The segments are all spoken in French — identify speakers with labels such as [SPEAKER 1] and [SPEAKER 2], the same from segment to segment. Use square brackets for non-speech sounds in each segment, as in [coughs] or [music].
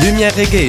[SPEAKER 1] Première Reggae,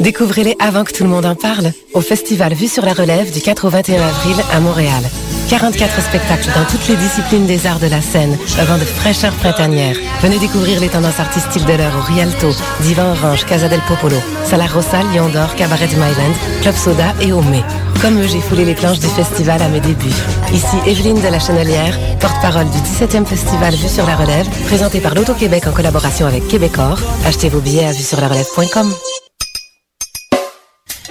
[SPEAKER 2] Découvrez-les avant que tout le monde en parle au festival Vue sur la Relève du 4 au 21 avril à Montréal. 44 spectacles dans toutes les disciplines des arts de la scène, avant de fraîcheur printanière. Venez découvrir les tendances artistiques de l'heure au Rialto, Divan Orange, Casa del Popolo, Sala Rossa, Lion d'Or, Cabaret du Myland, Club Soda et au mai. Comme eux, j'ai foulé les planches du festival à mes débuts. Ici Evelyne de la Chenelière, porte-parole du 17e festival Vue sur la Relève, présenté par l'Auto-Québec en collaboration avec Québecor. Achetez vos billets à vuesurlarelève.com.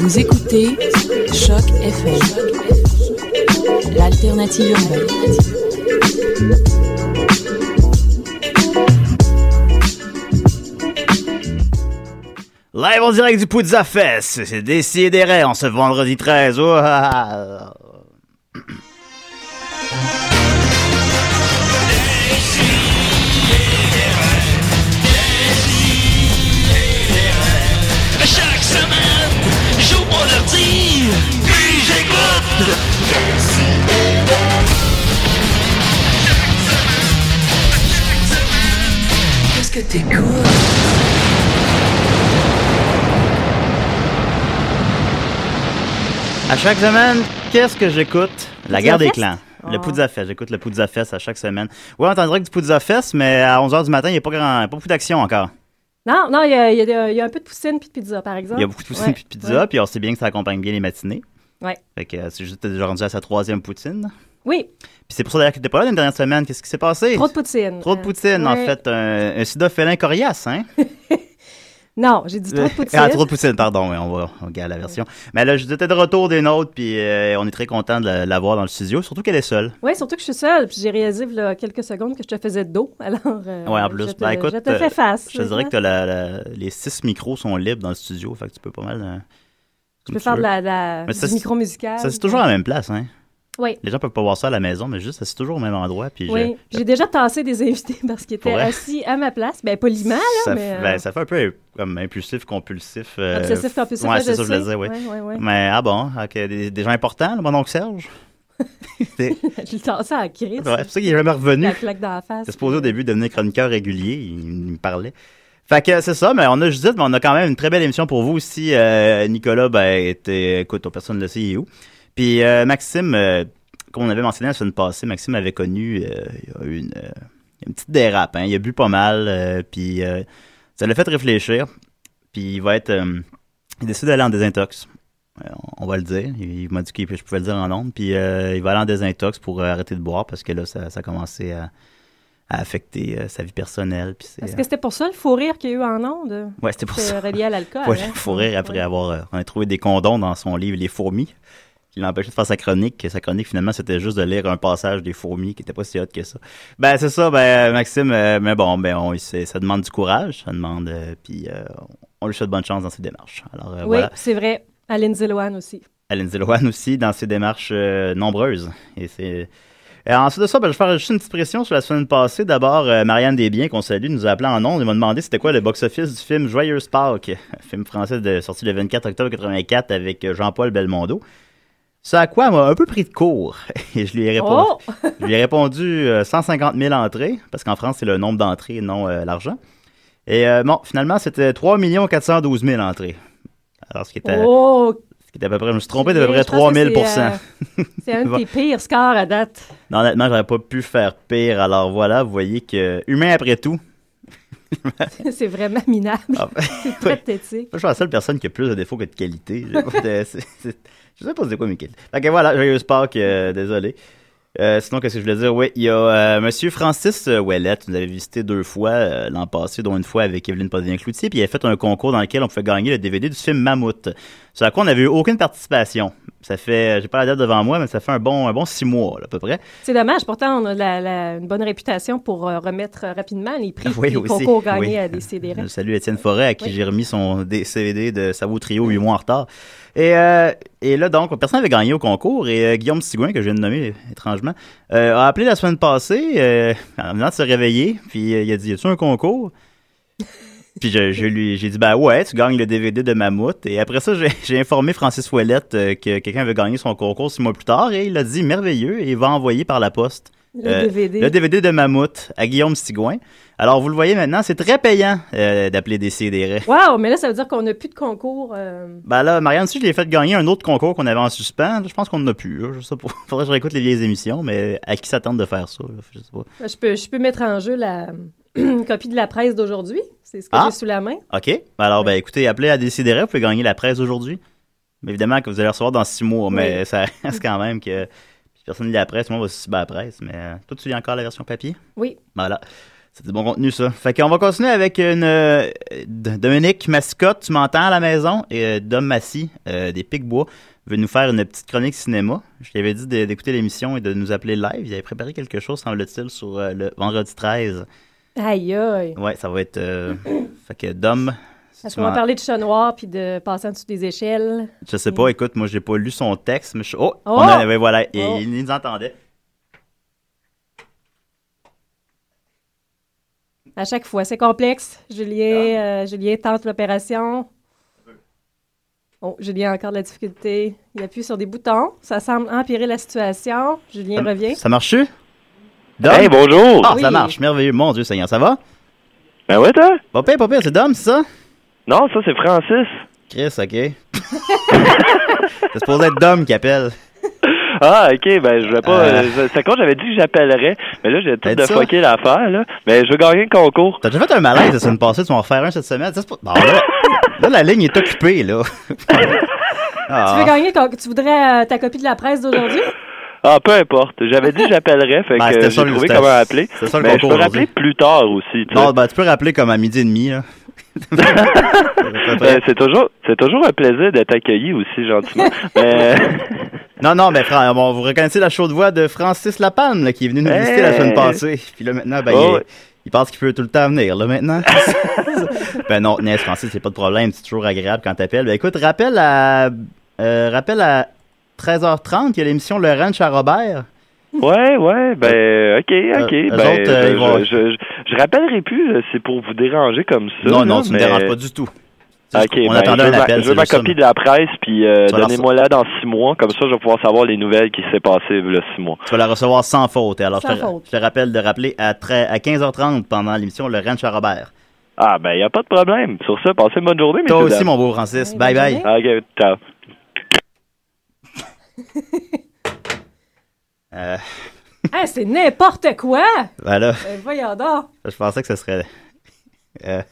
[SPEAKER 3] Vous écoutez Choc FM, l'alternative urbaine.
[SPEAKER 4] Live en direct du Poudza Fest, c'est décidéré en ce vendredi 13. Oh, ah, ah.
[SPEAKER 5] Chaque semaine, j'ouvre mon ordi, puis j'écoute. Qu'est-ce que t'écoutes?
[SPEAKER 4] À chaque semaine, qu'est-ce que j'écoute? La guerre des
[SPEAKER 6] Fest? Oh.
[SPEAKER 4] clans. Le Poudza Fest, j'écoute le Poudza Fest à chaque semaine. Ouais, on est en direct du Poudza Fest, mais à 11h du matin, il n'y a pas, grand, pas beaucoup d'action encore.
[SPEAKER 6] Non, non, il y, a- il y a- il y a un peu de poutine puis de pizza, par exemple.
[SPEAKER 4] Il y a beaucoup de poutine
[SPEAKER 6] Ouais,
[SPEAKER 4] puis de pizza, puis on sait bien que ça accompagne bien les matinées.
[SPEAKER 6] Ouais.
[SPEAKER 4] Fait que euh, c'est juste que t'es déjà rendu à sa troisième poutine.
[SPEAKER 6] Oui,
[SPEAKER 4] Puis c'est pour ça d'ailleurs que t'étais pas là la dernière semaine. Qu'est-ce qui s'est passé?
[SPEAKER 6] trop de poutine.
[SPEAKER 4] Trop de poutine, en
[SPEAKER 6] Ouais.
[SPEAKER 4] fait. Un, un sida félin coriace, hein?
[SPEAKER 6] Non, j'ai dit trop de poutine.
[SPEAKER 4] [laughs] Ah, trop de poutine, pardon. Oui, on va on regarde la version. Mais là, je étais de retour des nôtres, puis euh, on est très content de la, la voir dans le studio, surtout qu'elle est seule.
[SPEAKER 6] Oui, surtout que je suis seule, puis j'ai réalisé il y a quelques secondes que je te faisais de dos, [laughs] alors... euh,
[SPEAKER 4] Ouais, en plus,
[SPEAKER 6] je te,
[SPEAKER 4] ben, écoute,
[SPEAKER 6] je te fais face. hein.
[SPEAKER 4] Je te dirais que t'as la- la- les six micros sont libres dans le studio, fait que tu peux pas mal. euh,
[SPEAKER 6] Je
[SPEAKER 4] comme
[SPEAKER 6] peux
[SPEAKER 4] tu
[SPEAKER 6] faire de
[SPEAKER 4] veux.
[SPEAKER 6] la, la-
[SPEAKER 4] Mais ça,
[SPEAKER 6] du
[SPEAKER 4] c'est-
[SPEAKER 6] micro musical.
[SPEAKER 4] Ça, c'est toujours à la même place, hein?
[SPEAKER 6] Oui.
[SPEAKER 4] Les gens peuvent pas voir ça à la maison, mais juste, c'est toujours au même endroit. Puis
[SPEAKER 6] Oui,
[SPEAKER 4] je-
[SPEAKER 6] j'ai déjà tassé des invités [laughs] parce qu'ils étaient
[SPEAKER 4] Pour vrai?
[SPEAKER 6] assis à ma place. Ben, poliment, là,
[SPEAKER 4] ça,
[SPEAKER 6] mais... euh,
[SPEAKER 4] ben, ça fait un peu euh, comme impulsif, compulsif. euh,
[SPEAKER 6] obsessif, compulsif,
[SPEAKER 4] ouais,
[SPEAKER 6] là,
[SPEAKER 4] c'est ça, que je voulais
[SPEAKER 6] sais.
[SPEAKER 4] dire, oui.
[SPEAKER 6] Ouais, ouais, [laughs] ouais.
[SPEAKER 4] Mais ah bon, ok, des, des gens importants, le mon oncle Serge. Des-
[SPEAKER 6] je le tassais à Chris.
[SPEAKER 4] ouais, c'est pour ça qu'il est jamais revenu.
[SPEAKER 6] La claque dans la face.
[SPEAKER 4] C'était supposé au début devenir chroniqueur régulier, il, il me parlait. Fait que c'est ça, mais on a Judith, mais on a quand même une très belle émission pour vous aussi. Euh, Nicolas, ben, était, écoute, personne ne le sait, il est où. Puis euh, Maxime, euh, comme on avait mentionné la semaine passée, Maxime avait connu euh, il y a eu une, euh, une petite dérape, hein. il a bu pas mal, euh, puis euh, ça l'a fait réfléchir, puis il va être... euh, il décide d'aller en désintox. Euh, on va le dire. Il, il m'a dit que je pouvais le dire en nombre. Puis euh, il va aller en désintox pour euh, arrêter de boire parce que là, ça, ça a commencé à, à affecter euh, sa vie personnelle. Puis c'est,
[SPEAKER 6] Est-ce
[SPEAKER 4] euh,
[SPEAKER 6] que c'était pour ça le faux rire qu'il y a eu en ondes?
[SPEAKER 4] ouais, c'était pour
[SPEAKER 6] C'est
[SPEAKER 4] ça.
[SPEAKER 6] euh, relié à l'alcool.
[SPEAKER 4] Faut,
[SPEAKER 6] hein?
[SPEAKER 4] [laughs] faut rire après
[SPEAKER 6] Ouais.
[SPEAKER 4] avoir. euh, on a trouvé des condons dans son livre Les fourmis qui l'empêchait de faire sa chronique. Sa chronique, finalement, c'était juste de lire un passage des fourmis qui n'était pas si hot que ça. Ben, c'est ça, ben, Maxime. euh, mais bon, ben, on- c'est- ça demande du courage. Ça demande. euh, puis euh, on lui souhaite bonne chance dans ses démarches. Alors, euh,
[SPEAKER 6] Oui,
[SPEAKER 4] voilà.
[SPEAKER 6] c'est vrai. À Lindsay Lohan aussi.
[SPEAKER 4] à Lindsay Lohan aussi dans ses démarches euh, nombreuses. Et c'est. Euh, ensuite de ça, ben, je vais faire juste une petite pression sur la semaine passée. D'abord, euh, Marianne Desbiens, qu'on salue, nous a appelé en ondes et m'a demandé c'était quoi le box-office du film Joyeuse Pâques, un film français de, sorti le 24 octobre 84 avec euh, Jean-Paul Belmondo. Ça à quoi elle m'a un peu pris de court. [laughs] Et je lui ai répondu,
[SPEAKER 6] Oh!
[SPEAKER 4] je lui ai répondu euh, 150 000 entrées, parce qu'en France, c'est le nombre d'entrées et non euh, l'argent. Et euh, bon, finalement, c'était 3 412 000 entrées. Alors, ce qui était,
[SPEAKER 6] Oh!
[SPEAKER 4] ce qui était à peu près, je me suis trompé d'à peu
[SPEAKER 6] Julien,
[SPEAKER 4] près
[SPEAKER 6] je pense que
[SPEAKER 4] 3000
[SPEAKER 6] c'est, euh, C'est
[SPEAKER 4] [laughs]
[SPEAKER 6] un de tes pires scores à date. [laughs]
[SPEAKER 4] Non, honnêtement, j'aurais pas pu faire pire. Alors voilà, vous voyez que humain après tout.
[SPEAKER 6] C'est vraiment minable.
[SPEAKER 4] Ah,
[SPEAKER 6] [laughs] C'est
[SPEAKER 4] oui.
[SPEAKER 6] pathétique.
[SPEAKER 4] Je suis la seule personne qui a plus de défauts que de qualités. J'ai pas de- [laughs] c'est- c'est- Je sais pas c'est quoi mes qualités. Fait que voilà, joyeuse Pâques, euh, désolé. Euh, sinon, qu'est-ce que je voulais dire? Oui, il y a euh, Monsieur Francis euh, Ouellet, qui nous avait visité deux fois euh, l'an passé, dont une fois avec Evelyne Podvin-Cloutier, puis il a fait un concours dans lequel on pouvait gagner le DVD du film Mammouth. Sur à quoi on n'avait eu aucune participation. Ça fait, euh, j'ai pas la date devant moi, mais ça fait un bon, un bon six mois, là, à peu près.
[SPEAKER 6] C'est dommage, pourtant, on a la- la- une bonne réputation pour euh, remettre euh, rapidement les prix
[SPEAKER 4] [laughs] Oui,
[SPEAKER 6] les
[SPEAKER 4] aussi,
[SPEAKER 6] concours gagnés
[SPEAKER 4] oui.
[SPEAKER 6] à des CDR.
[SPEAKER 4] Je salue Euh, Étienne Forêt, à qui
[SPEAKER 6] Oui.
[SPEAKER 4] j'ai remis son dé- CVD de Savo Trio 8 mois en retard. Et, euh, et là, donc, personne n'avait gagné au concours. Et euh, Guillaume Sigouin, que je viens de nommer étrangement, euh, a appelé la semaine passée euh, en venant de se réveiller. Puis euh, il a dit Y a-tu un [laughs] concours Puis je, je lui j'ai dit Ben ouais, tu gagnes le DVD de Mammouth. Et après ça, j'ai- j'ai informé Francis Ouellette euh, que quelqu'un avait gagné son concours six mois plus tard. Et il a dit Merveilleux, et il va envoyer par la poste.
[SPEAKER 6] Le
[SPEAKER 4] Euh,
[SPEAKER 6] DVD.
[SPEAKER 4] Le DVD de Mammouth à Guillaume Sigouin. Alors, vous le voyez maintenant, c'est très payant euh, d'appeler des CDR.
[SPEAKER 6] Wow, mais là, ça veut dire qu'on n'a plus de concours. euh,
[SPEAKER 4] Ben là, Marianne, si je l'ai fait gagner un autre concours qu'on avait en suspens, je pense qu'on n'en a plus. là. Je sais pas. [laughs] Faudrait que je réécoute les vieilles émissions, mais à qui s'attendre de faire ça? là? Je sais pas.
[SPEAKER 6] Je peux, je peux mettre en jeu la [clears throat] une copie de la presse d'aujourd'hui. C'est ce que
[SPEAKER 4] Ah.
[SPEAKER 6] j'ai sous la main.
[SPEAKER 4] OK. Ben alors, ben écoutez, appelez à Décideret, vous pouvez gagner la presse aujourd'hui. Mais évidemment que vous allez recevoir dans six mois, mais ça [laughs] reste quand même que si personne ne lit la presse, moi, on va se suivre à la presse. Mais euh, toi, tu lis encore la version papier?
[SPEAKER 6] Oui.
[SPEAKER 4] Voilà. C'est du bon contenu, ça. Fait qu'on va continuer avec une euh, D- Dominique Mascotte, tu m'entends à la maison, et euh, Dom Massy euh, des Picbois veut nous faire une petite chronique cinéma. Je lui avais dit de- d'écouter l'émission et de nous appeler live. Il avait préparé quelque chose, semble-t-il, sur euh, le vendredi 13.
[SPEAKER 6] Aïe, aïe.
[SPEAKER 4] Ouais, ça va être... euh, [coughs] fait que Dom... si
[SPEAKER 6] Parce
[SPEAKER 4] tu
[SPEAKER 6] qu'on va
[SPEAKER 4] m'en-
[SPEAKER 6] parler de chat noir puis de passer en dessous des échelles.
[SPEAKER 4] Je sais pas, écoute, moi j'ai pas lu son texte, mais je... Oh!
[SPEAKER 6] Oh!
[SPEAKER 4] On a- ouais, voilà, et
[SPEAKER 6] Oh.
[SPEAKER 4] il nous entendait.
[SPEAKER 6] À chaque fois, c'est complexe.
[SPEAKER 7] Ah.
[SPEAKER 6] Julien, euh, Julien tente l'opération. Oh, Julien a encore de la difficulté. Il appuie sur des boutons. Ça semble empirer la situation. Julien
[SPEAKER 7] Euh.
[SPEAKER 6] revient.
[SPEAKER 4] Ça marche-tu? Dom?
[SPEAKER 7] Hey, bonjour!
[SPEAKER 4] Ah,
[SPEAKER 6] Oui.
[SPEAKER 4] ça marche, merveilleux. Mon Dieu Seigneur, ça va?
[SPEAKER 7] Ben ouais, toi?
[SPEAKER 4] Pas pire, pas pire, c'est Dom, c'est ça?
[SPEAKER 7] Non, ça, c'est Francis.
[SPEAKER 4] Chris, ok. [laughs] c'est supposé être Dom qui appelle.
[SPEAKER 7] Ah, OK, ben je vais pas...
[SPEAKER 4] Euh.
[SPEAKER 7] euh, je- C'est quand j'avais dit que j'appellerais, mais là, j'ai
[SPEAKER 4] Ben,
[SPEAKER 7] tout de
[SPEAKER 4] dis ça.
[SPEAKER 7] fucker l'affaire, là. Mais je veux gagner le concours.
[SPEAKER 4] T'as déjà fait un malaise la semaine passée, tu vas en refaire un cette semaine. Ça, c'est pas- Bon, là, là, la ligne est
[SPEAKER 7] [laughs]
[SPEAKER 4] occupée, là.
[SPEAKER 6] Tu veux
[SPEAKER 4] Ah,
[SPEAKER 6] gagner ton- tu voudrais euh, ta copie de la presse d'aujourd'hui?
[SPEAKER 7] [coughs] Ah, peu importe. J'avais dit que j'appellerais, fait
[SPEAKER 4] Ben,
[SPEAKER 7] que
[SPEAKER 4] c'était
[SPEAKER 7] euh,
[SPEAKER 4] ça,
[SPEAKER 7] j'ai
[SPEAKER 4] le-
[SPEAKER 7] trouvé
[SPEAKER 4] c'était-
[SPEAKER 7] comment appeler.
[SPEAKER 4] c'était ça, le
[SPEAKER 7] Mais je
[SPEAKER 4] concours
[SPEAKER 7] peux rappeler
[SPEAKER 4] aujourd'hui.
[SPEAKER 7] plus tard aussi, tu sais.
[SPEAKER 4] non, ben, tu peux rappeler comme à midi et demi, là. À peu près.
[SPEAKER 7] Ben, c'est toujours, c'est toujours un plaisir d'être accueilli aussi
[SPEAKER 6] [laughs]
[SPEAKER 7] gentiment. mais,
[SPEAKER 4] non, non, mais Fran- bon, vous reconnaissez la chaude voix de Francis Lapanne, là, qui est venu nous visiter la
[SPEAKER 7] Hey!
[SPEAKER 4] semaine passée. Puis là, maintenant, ben,
[SPEAKER 7] Oh,
[SPEAKER 4] il,
[SPEAKER 7] ouais.
[SPEAKER 4] il pense qu'il peut tout le temps venir, là, maintenant. [laughs] ben non, Ness, Francis, c'est pas de problème, c'est toujours agréable quand t'appelles. Ben écoute, rappelle à, euh, rappelle à 13h30, il y a l'émission Le Ranch à Robert.
[SPEAKER 7] ouais, ouais, ben, ok, ok.
[SPEAKER 4] eux
[SPEAKER 7] ben,
[SPEAKER 4] autres, euh, ils vont-
[SPEAKER 7] je, je, je, je rappellerai plus, là, c'est pour vous déranger comme ça.
[SPEAKER 4] non,
[SPEAKER 7] là,
[SPEAKER 4] non, tu ne me
[SPEAKER 7] mais-
[SPEAKER 4] déranges pas du tout. C'est juste
[SPEAKER 7] Ok,
[SPEAKER 4] qu'on
[SPEAKER 7] ben,
[SPEAKER 4] attendait
[SPEAKER 7] je veux
[SPEAKER 4] un
[SPEAKER 7] ma-
[SPEAKER 4] appel.
[SPEAKER 7] Je veux
[SPEAKER 4] c'est
[SPEAKER 7] ma
[SPEAKER 4] juste ça.
[SPEAKER 7] copie de la presse, puis euh,
[SPEAKER 4] Tu vas la
[SPEAKER 7] donnez-moi là dans six mois, comme ça je vais pouvoir savoir les nouvelles qui s'est passé là six mois.
[SPEAKER 4] Tu vas la recevoir sans faute. Alors, je,
[SPEAKER 6] Sans
[SPEAKER 4] te,
[SPEAKER 6] faute.
[SPEAKER 4] je te rappelle de rappeler à, tre- à 15h30 pendant l'émission Le Ranch à Robert.
[SPEAKER 7] Ah ben y a pas de problème. Sur ça, passez une bonne journée, mes
[SPEAKER 4] Toi
[SPEAKER 7] deux
[SPEAKER 4] aussi,
[SPEAKER 7] dames.
[SPEAKER 4] mon beau Francis.
[SPEAKER 6] Oui,
[SPEAKER 4] Bye
[SPEAKER 6] bonne
[SPEAKER 4] bye.
[SPEAKER 6] journée.
[SPEAKER 7] Ah, Ok, ciao.
[SPEAKER 4] Euh,
[SPEAKER 6] Ah, c'est n'importe quoi!
[SPEAKER 4] voilà,
[SPEAKER 6] Ben, voyons donc.
[SPEAKER 4] je pensais que ce serait. Euh,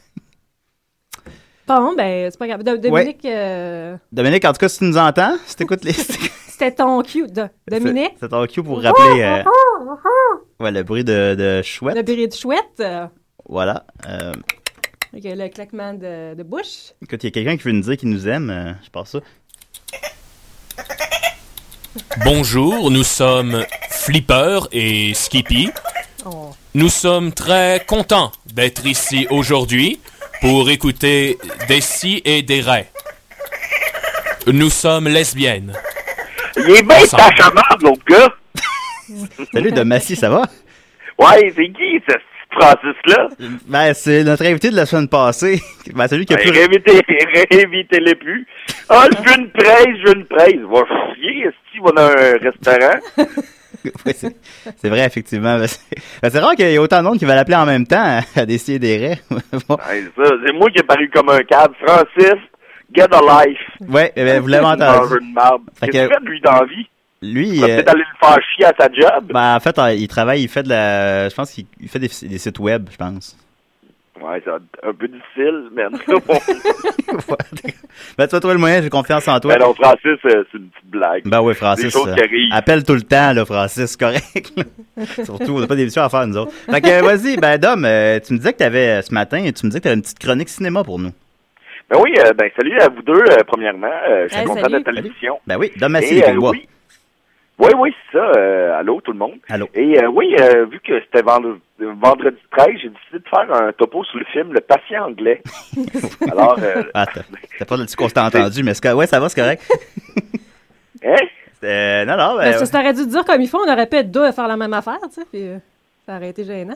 [SPEAKER 6] Bon, ben, c'est pas grave. Do- Dominique, euh,
[SPEAKER 4] Dominique, en tout cas, si tu nous entends, si t'écoutes les. [laughs]
[SPEAKER 6] c'était ton cue. Do- Dominique,
[SPEAKER 4] C'est- C'est ton cue pour rappeler.
[SPEAKER 6] [laughs]
[SPEAKER 4] euh, Ouais, le bruit de, de chouette.
[SPEAKER 6] le bruit de chouette, euh,
[SPEAKER 4] Voilà. Euh,
[SPEAKER 6] avec le claquement de, de bouche.
[SPEAKER 4] écoute, il y a quelqu'un qui veut nous dire qu'il nous aime. euh, je pense ça.
[SPEAKER 8] Bonjour, nous sommes Flipper et Skippy. Nous sommes très contents d'être ici aujourd'hui pour écouter des si et des raies. Nous sommes lesbiennes.
[SPEAKER 9] Il est bien
[SPEAKER 8] Ensemble.
[SPEAKER 9] tachamard, l'autre gars.
[SPEAKER 4] Salut Domassy,
[SPEAKER 9] [laughs]
[SPEAKER 4] ça va?
[SPEAKER 9] Ouais, c'est qui, ce petit Francis-là?
[SPEAKER 4] Ben, c'est notre invité de la semaine passée. [laughs] Ben, celui qui a
[SPEAKER 9] Ben,
[SPEAKER 4] plus...
[SPEAKER 9] réinvitez- [laughs] Réinvitez-les plus. Ah, je veux une presse, je veux une presse. Va chier, est-ce qu'on a un restaurant?
[SPEAKER 4] [laughs] Ouais, c'est c'est vrai, effectivement. Ben, c'est ben, c'est rare qu'il y ait autant de monde qui va l'appeler en même temps à, [laughs] à décider des raies. [laughs] Bon.
[SPEAKER 9] Hey, ça, c'est moi qui ai paru comme un cadre. Francis, get a life.
[SPEAKER 4] Ouais, ben, vous l'avez
[SPEAKER 9] Dans
[SPEAKER 4] entendu.
[SPEAKER 9] une marde.
[SPEAKER 4] Fait
[SPEAKER 9] Qu'est-ce
[SPEAKER 4] que-
[SPEAKER 9] qu'il fait, lui, dans la vie? Il
[SPEAKER 4] Lui,
[SPEAKER 9] va
[SPEAKER 4] euh,
[SPEAKER 9] peut-être aller le faire chier à sa job.
[SPEAKER 4] ben, en fait, euh, il travaille, il fait de la... Je pense qu'il il fait des, des sites web, je pense. [laughs]
[SPEAKER 9] Ouais, c'est un- un peu difficile, mais Bon. [laughs]
[SPEAKER 4] Ben, tu vas trouver le moyen, j'ai confiance en toi.
[SPEAKER 9] Ben non, Francis, euh, c'est une petite blague.
[SPEAKER 4] Ben oui, Francis.
[SPEAKER 9] Des choses
[SPEAKER 4] euh,
[SPEAKER 9] qui arrivent.
[SPEAKER 4] Appelle tout le temps, là, Francis, c'est correct. là.
[SPEAKER 6] [laughs]
[SPEAKER 4] Surtout, on n'a pas d'émission à faire, nous autres. Fait que, euh, vas-y, ben, Dom, euh, tu me disais que tu avais, ce matin, tu me disais que tu avais une petite chronique cinéma pour nous.
[SPEAKER 9] Ben oui, euh, ben salut à vous deux, euh, premièrement. Euh, je suis
[SPEAKER 4] Hey,
[SPEAKER 9] content
[SPEAKER 4] salut.
[SPEAKER 9] d'être à l'émission.
[SPEAKER 4] Ben oui, Dom Massy,
[SPEAKER 9] Et,
[SPEAKER 4] les
[SPEAKER 9] euh,
[SPEAKER 4] Gaulois.
[SPEAKER 9] oui. Oui, oui, c'est ça. Euh, allô, tout le monde.
[SPEAKER 4] Allô.
[SPEAKER 9] Et euh, oui, euh, vu que c'était vendre- vendredi 13, j'ai décidé de faire un topo sur le film Le Patient Anglais.
[SPEAKER 4] [laughs]
[SPEAKER 9] Alors, euh,
[SPEAKER 4] Ah, t'as- t'as pas dit qu'on s'était entendu, mais c'est co- ouais, ça va, c'est correct.
[SPEAKER 9] hein?
[SPEAKER 4] Euh, non, non, ben,
[SPEAKER 6] Parce que ça aurait dû dire comme il faut, on aurait pu être deux à faire la même affaire, tu sais, puis euh, ça aurait été gênant.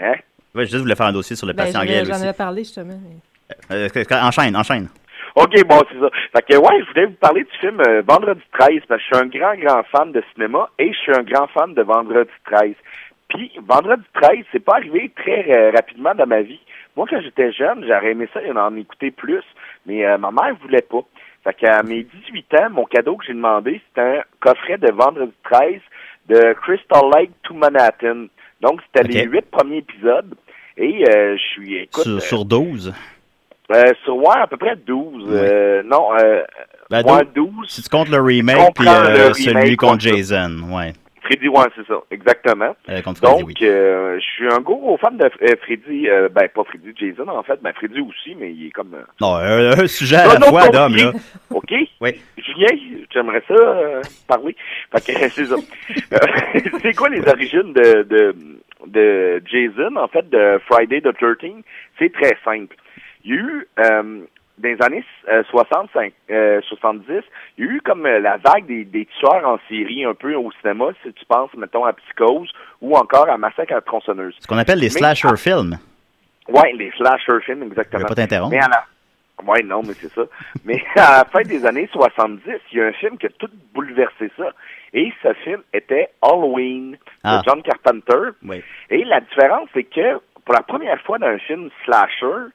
[SPEAKER 9] Hein?
[SPEAKER 4] ouais, je juste voulais faire un dossier sur le
[SPEAKER 6] Ben,
[SPEAKER 4] patient
[SPEAKER 6] j'en
[SPEAKER 4] anglais,
[SPEAKER 6] avais-
[SPEAKER 4] lui
[SPEAKER 6] j'en
[SPEAKER 4] aussi.
[SPEAKER 6] avais parlé justement. mais-
[SPEAKER 4] Euh, c'est- c'est- enchaîne, enchaîne.
[SPEAKER 9] OK, bon, c'est ça. Fait que, ouais, je voulais vous parler du film euh, Vendredi 13, parce que je suis un grand, grand fan de cinéma et je suis un grand fan de Vendredi 13. Puis, Vendredi 13, c'est pas arrivé très euh, rapidement dans ma vie. Moi, quand j'étais jeune, j'aurais aimé ça et en écouter plus, mais euh, ma mère voulait pas. Fait qu'à mes 18 ans, mon cadeau que j'ai demandé, c'était un coffret de Vendredi 13 de Crystal Lake to Manhattan. Donc, c'était les huit premiers épisodes. Et euh, je suis, écoute,
[SPEAKER 4] Sur, sur 12.
[SPEAKER 9] euh, sur ouais, à peu près 12. euh, non, euh,
[SPEAKER 4] Ben,
[SPEAKER 9] ouais,
[SPEAKER 4] 12, Si tu comptes le remake,
[SPEAKER 9] Comprends
[SPEAKER 4] puis euh,
[SPEAKER 9] le
[SPEAKER 4] celui
[SPEAKER 9] remake,
[SPEAKER 4] contre
[SPEAKER 9] contre ça.
[SPEAKER 4] Jason, ouais.
[SPEAKER 9] Freddy, ouais, c'est ça, exactement.
[SPEAKER 4] Euh, contre Freddy,
[SPEAKER 9] Donc, euh, je suis un gros, gros fan de euh, Freddy, euh, ben pas Freddy, Jason en fait, ben Freddy aussi, mais il est comme... euh,
[SPEAKER 4] Non, un, un sujet à
[SPEAKER 9] Non,
[SPEAKER 4] la
[SPEAKER 9] non,
[SPEAKER 4] fois,
[SPEAKER 9] non,
[SPEAKER 4] Dom, là.
[SPEAKER 9] OK?
[SPEAKER 4] Oui.
[SPEAKER 9] Julien, j'aimerais ça euh, parler. Fait que, [laughs] euh, c'est ça. Euh, [laughs] c'est quoi les origines de, de, de Jason, en fait, de Friday the 13 C'est très simple. Il y a eu, euh, dans les années euh, 65, euh, 70, il y a eu comme euh, la vague des, des tueurs en série un peu au cinéma, si tu penses, mettons, à Psychose ou encore à Massacre à la tronçonneuse.
[SPEAKER 4] Ce qu'on appelle les
[SPEAKER 9] Mais- ah.
[SPEAKER 4] slasher films.
[SPEAKER 9] Ouais, les slasher films, exactement.
[SPEAKER 4] Je vais pas t'interrompre.
[SPEAKER 9] Mais à la... Ouais, non, mais c'est ça. mais [laughs] à la fin des années 70, il y a un film qui a tout bouleversé ça. Et ce film était Halloween
[SPEAKER 4] Ah.
[SPEAKER 9] de John Carpenter.
[SPEAKER 4] Oui.
[SPEAKER 9] Et la différence, c'est que pour la première fois dans un film slasher,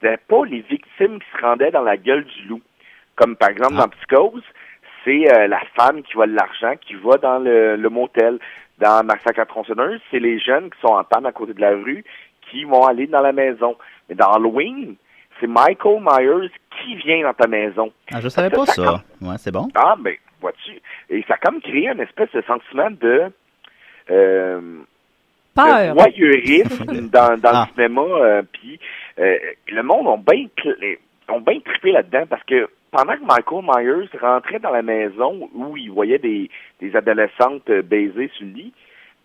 [SPEAKER 9] c'était pas les victimes qui se rendaient dans la gueule du loup. Comme par exemple dans Psychose, c'est euh, la femme qui vole l'argent qui va dans le, le motel. Dans Massacre à la tronçonneuse, c'est les jeunes qui sont en panne à côté de la rue qui vont aller dans la maison. Mais dans Halloween, c'est Michael Myers qui vient dans ta maison.
[SPEAKER 4] Ah, je savais pas ça. Ouais, c'est bon.
[SPEAKER 9] Ah, ben, vois-tu. Et ça a comme créé une espèce de sentiment de... euh,
[SPEAKER 10] Ah,
[SPEAKER 9] le
[SPEAKER 6] Peur.
[SPEAKER 4] [laughs]
[SPEAKER 9] voyeurisme dans, dans
[SPEAKER 4] Ah.
[SPEAKER 9] le cinéma. euh, Puis euh, le monde ont bien cl- ont bien trippé là-dedans parce que pendant que Michael Myers rentrait dans la maison où il voyait des, des adolescentes euh, baiser sur le lit,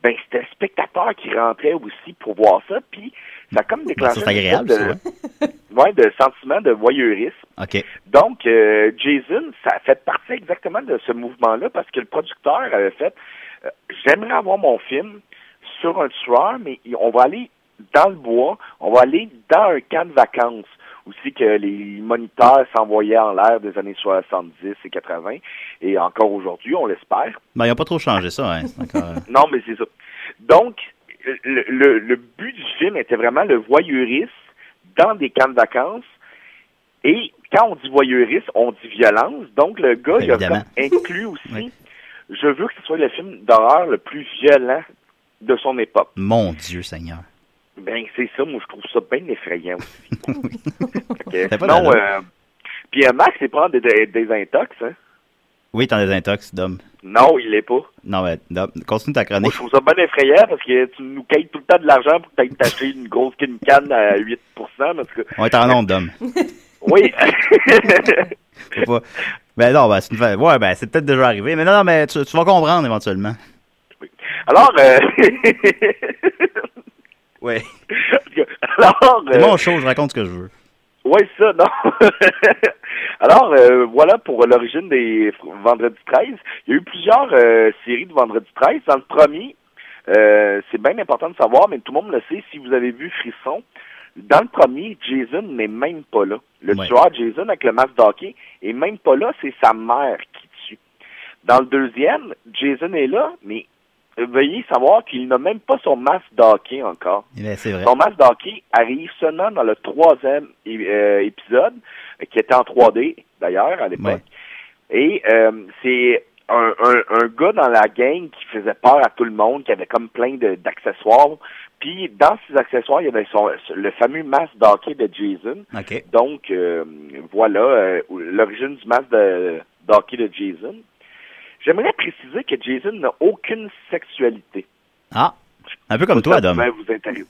[SPEAKER 9] ben c'était le spectateur qui rentrait aussi pour voir ça. Puis ça a comme déclenché
[SPEAKER 4] c'est
[SPEAKER 9] une espèce
[SPEAKER 4] agréable,
[SPEAKER 9] de,
[SPEAKER 4] Ben, ça,
[SPEAKER 9] ouais, de sentiment de voyeurisme.
[SPEAKER 4] OK.
[SPEAKER 9] Donc, euh, Jason, ça a fait partie exactement de ce mouvement-là parce que le producteur avait fait euh, J'aimerais avoir mon film sur un tueur, mais il- on va aller dans le bois, on va aller dans un camp de vacances. Aussi que les moniteurs s'envoyaient en l'air des années 70 et 80, et encore aujourd'hui, on l'espère.
[SPEAKER 4] Ben, ils ont pas trop changé ça, hein. C'est encore-
[SPEAKER 9] [laughs] Non, mais c'est ça. Donc, le, le- le but du film était vraiment le voyeurisme dans des camps de vacances. Et quand on dit voyeurisme, on dit violence. Donc, le gars, il a
[SPEAKER 4] Évidemment.
[SPEAKER 9] comme inclus aussi, je veux que ce soit le film d'horreur le plus violent de son époque.
[SPEAKER 4] Mon Dieu Seigneur.
[SPEAKER 9] Ben, c'est ça, moi, je trouve ça bien effrayant
[SPEAKER 4] [laughs]
[SPEAKER 9] aussi. Fait que,
[SPEAKER 4] T'as pas
[SPEAKER 9] non,
[SPEAKER 4] d'allure.
[SPEAKER 9] euh, puis euh, Max, c'est pas des, des, des intox, hein?
[SPEAKER 4] Oui, t'en désintox, Dom.
[SPEAKER 9] Non, il l'est pas.
[SPEAKER 4] Non, ben, Dom, continue ta
[SPEAKER 9] Moi,
[SPEAKER 4] chronique.
[SPEAKER 9] je trouve ça bien effrayant parce que tu nous cailles tout le temps de l'argent pour que t'ailles t'acheter une grosse Kin Can à 8 parce que...
[SPEAKER 4] On est en nombre, Dom.
[SPEAKER 9] Oui. [laughs]
[SPEAKER 4] Faut pas- Ben non, ben, c'est une fa- Ouais, ben, c'est peut-être déjà arrivé. Mais non, non, mais tu, tu vas comprendre éventuellement.
[SPEAKER 9] Alors, euh... [laughs]
[SPEAKER 4] Ouais.
[SPEAKER 9] Alors,
[SPEAKER 4] C'est
[SPEAKER 9] euh,
[SPEAKER 4] mon show, je raconte ce que je veux.
[SPEAKER 9] Oui, ça, non. [laughs] Alors, euh, voilà pour l'origine des fr- Vendredi 13. Il y a eu plusieurs euh, séries de Vendredi 13. Dans le premier, euh, c'est bien important de savoir, mais tout le monde le sait, si vous avez vu Frisson, dans le premier, Jason n'est même pas là. Le
[SPEAKER 11] Ouais.
[SPEAKER 9] tueur Jason avec le masque d'hockey est même pas là, c'est sa mère qui tue. Dans le deuxième, Jason est là, mais euh, veuillez savoir qu'il n'a même pas son masque d'hockey encore.
[SPEAKER 4] Eh ben, c'est vrai.
[SPEAKER 9] Son masque d'hockey arrive seulement dans le troisième é- euh, épisode, euh, qui était en 3D d'ailleurs à l'époque.
[SPEAKER 4] Ouais.
[SPEAKER 9] Et euh, c'est un, un, un gars dans la gang qui faisait peur à tout le monde, qui avait comme plein de- d'accessoires. Puis dans ces accessoires, il y avait son, le fameux masque d'hockey de Jason.
[SPEAKER 4] OK.
[SPEAKER 9] Donc, euh, voilà euh, l'origine du masque de, d'hockey de Jason. J'aimerais préciser que Jason n'a aucune sexualité.
[SPEAKER 4] Ah, un peu comme toi,
[SPEAKER 9] Ça
[SPEAKER 4] Adam.
[SPEAKER 9] pourrait vous intéresser.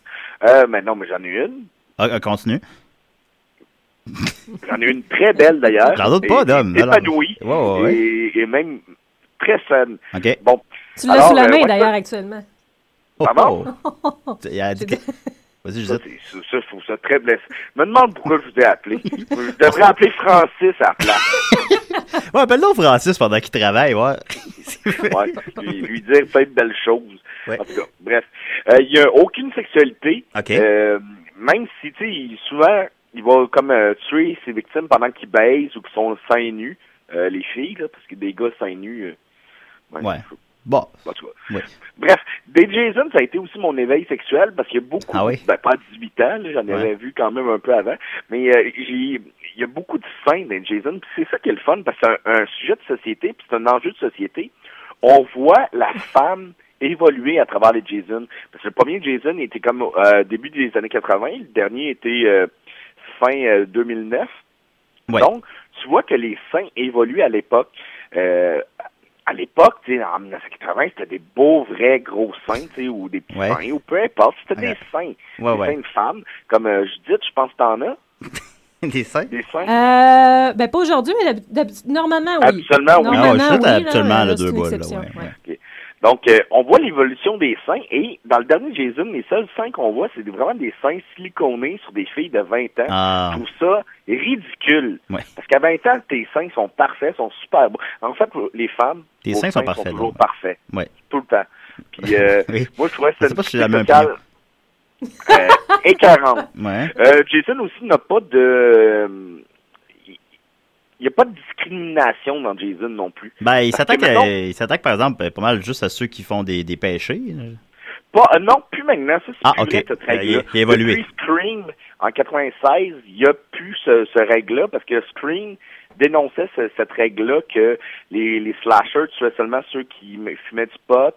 [SPEAKER 9] Euh, mais non, mais j'en ai une.
[SPEAKER 4] Ah, ah, continue.
[SPEAKER 9] J'en ai une très belle d'ailleurs.
[SPEAKER 4] J'en doute pas,
[SPEAKER 9] Et-
[SPEAKER 4] Dom.
[SPEAKER 9] et
[SPEAKER 4] Alors-
[SPEAKER 9] Épanouie.
[SPEAKER 4] Ouais, ouais, ouais.
[SPEAKER 9] Et, et même très fun.
[SPEAKER 4] OK.
[SPEAKER 9] Bon.
[SPEAKER 6] Tu l'as
[SPEAKER 9] Alors,
[SPEAKER 6] sous la
[SPEAKER 9] euh,
[SPEAKER 6] main
[SPEAKER 9] ouais,
[SPEAKER 6] d'ailleurs actuellement.
[SPEAKER 4] Oh,
[SPEAKER 9] Pardon?
[SPEAKER 4] oh. Il y a- Vas-y,
[SPEAKER 9] Ça, c'est- ça, je trouve ça très blessant. Je me demande pourquoi je vous ai appelé. Je devrais appeler Francis à la
[SPEAKER 4] [laughs]
[SPEAKER 9] place.
[SPEAKER 4] Ouais, appelle-le Francis pendant qu'il travaille, ouais. [laughs]
[SPEAKER 9] Ouais, lui, lui dire peut-être belles choses. En tout cas, bref. Euh, Il n'y a aucune sexualité.
[SPEAKER 4] OK.
[SPEAKER 9] Euh, même si, tu sais, il- souvent, il va comme euh, tuer ses victimes pendant qu'ils baisent ou qu'ils sont seins nus, euh, les filles, là, parce que des gars seins nus... euh,
[SPEAKER 4] Ouais. Bon.
[SPEAKER 9] En tout cas.
[SPEAKER 4] Ouais.
[SPEAKER 9] Bref, des Jason, ça a été aussi mon éveil sexuel parce qu'il y a beaucoup,
[SPEAKER 4] Ah oui?
[SPEAKER 9] ben, pas à 18 ans, là, j'en avais vu quand même un peu avant, mais euh, j'ai- il y a beaucoup de scènes des Jason, puis c'est ça qui est le fun parce que c'est un, un sujet de société, puis c'est un enjeu de société. On voit la femme évoluer à travers les Jason. Parce que le premier Jason il était comme euh, début des années 80, le dernier était euh, fin euh, 2009.
[SPEAKER 4] Ouais.
[SPEAKER 9] Donc, tu vois que les seins évoluent à l'époque. Euh, à l'époque, tu sais, en 1980, c'était des beaux, vrais gros seins, tu sais, ou des petits
[SPEAKER 4] Ouais.
[SPEAKER 9] seins, ou peu importe. C'était des seins.
[SPEAKER 4] Ouais,
[SPEAKER 9] des
[SPEAKER 4] ouais.
[SPEAKER 9] seins de femmes. Comme euh, Judith, je pense que t'en as.
[SPEAKER 4] Des
[SPEAKER 9] [laughs]
[SPEAKER 4] seins?
[SPEAKER 9] Des seins.
[SPEAKER 10] Ah.
[SPEAKER 6] Euh, ben, pas aujourd'hui, mais d'habi- d'habi- normalement, oui.
[SPEAKER 9] Habituellement, oui.
[SPEAKER 6] Normalement,
[SPEAKER 4] Ah ouais, c'est
[SPEAKER 6] oui, là,
[SPEAKER 4] habituellement,
[SPEAKER 6] là,
[SPEAKER 4] là,
[SPEAKER 6] c'est
[SPEAKER 4] deux
[SPEAKER 6] une
[SPEAKER 4] boules, là,
[SPEAKER 6] exception,
[SPEAKER 4] ouais,
[SPEAKER 6] ouais.
[SPEAKER 9] Donc, euh, on voit l'évolution des seins et dans le dernier Jason, les seuls seins qu'on voit, c'est vraiment des seins siliconés sur des filles de 20 ans.
[SPEAKER 4] Ah.
[SPEAKER 9] Je trouve ça ridicule.
[SPEAKER 4] Ouais.
[SPEAKER 9] Parce qu'à 20 ans, tes seins sont parfaits, sont super beaux. En fait, les femmes,
[SPEAKER 4] Tes
[SPEAKER 9] vos
[SPEAKER 4] seins sont parfaits,
[SPEAKER 9] toujours
[SPEAKER 4] donc.
[SPEAKER 9] parfaits,
[SPEAKER 4] Ouais.
[SPEAKER 9] tout le temps. Puis, euh,
[SPEAKER 4] [laughs] Oui.
[SPEAKER 9] moi, je trouvais que c'était
[SPEAKER 4] Je sais
[SPEAKER 9] une
[SPEAKER 4] pas si j'ai
[SPEAKER 9] petite
[SPEAKER 4] la même
[SPEAKER 9] locale, euh,
[SPEAKER 4] [laughs]
[SPEAKER 9] écœurante.
[SPEAKER 4] Ouais.
[SPEAKER 9] Euh, Jason aussi n'a pas de... Il n'y a pas de discrimination dans Jason non plus.
[SPEAKER 4] Ben,
[SPEAKER 9] Parce
[SPEAKER 4] il
[SPEAKER 9] que
[SPEAKER 4] s'attaque,
[SPEAKER 9] mettons-
[SPEAKER 4] à- il s'attaque, par exemple, euh, pas mal juste à ceux qui font des, des péchés. là.
[SPEAKER 9] Pas, euh, non, plus maintenant. Ça, c'est
[SPEAKER 4] Ah,
[SPEAKER 9] plus
[SPEAKER 4] ok.
[SPEAKER 9] vrai, cette
[SPEAKER 4] Euh, il-
[SPEAKER 9] règle-là.
[SPEAKER 4] il a évolué.
[SPEAKER 9] Depuis Scream, en 96, il n'y a plus ce, ce règle-là, parce que Scream dénonçait ce- cette règle-là que les, les slashers tuaient seulement ceux qui m- fumaient du pot,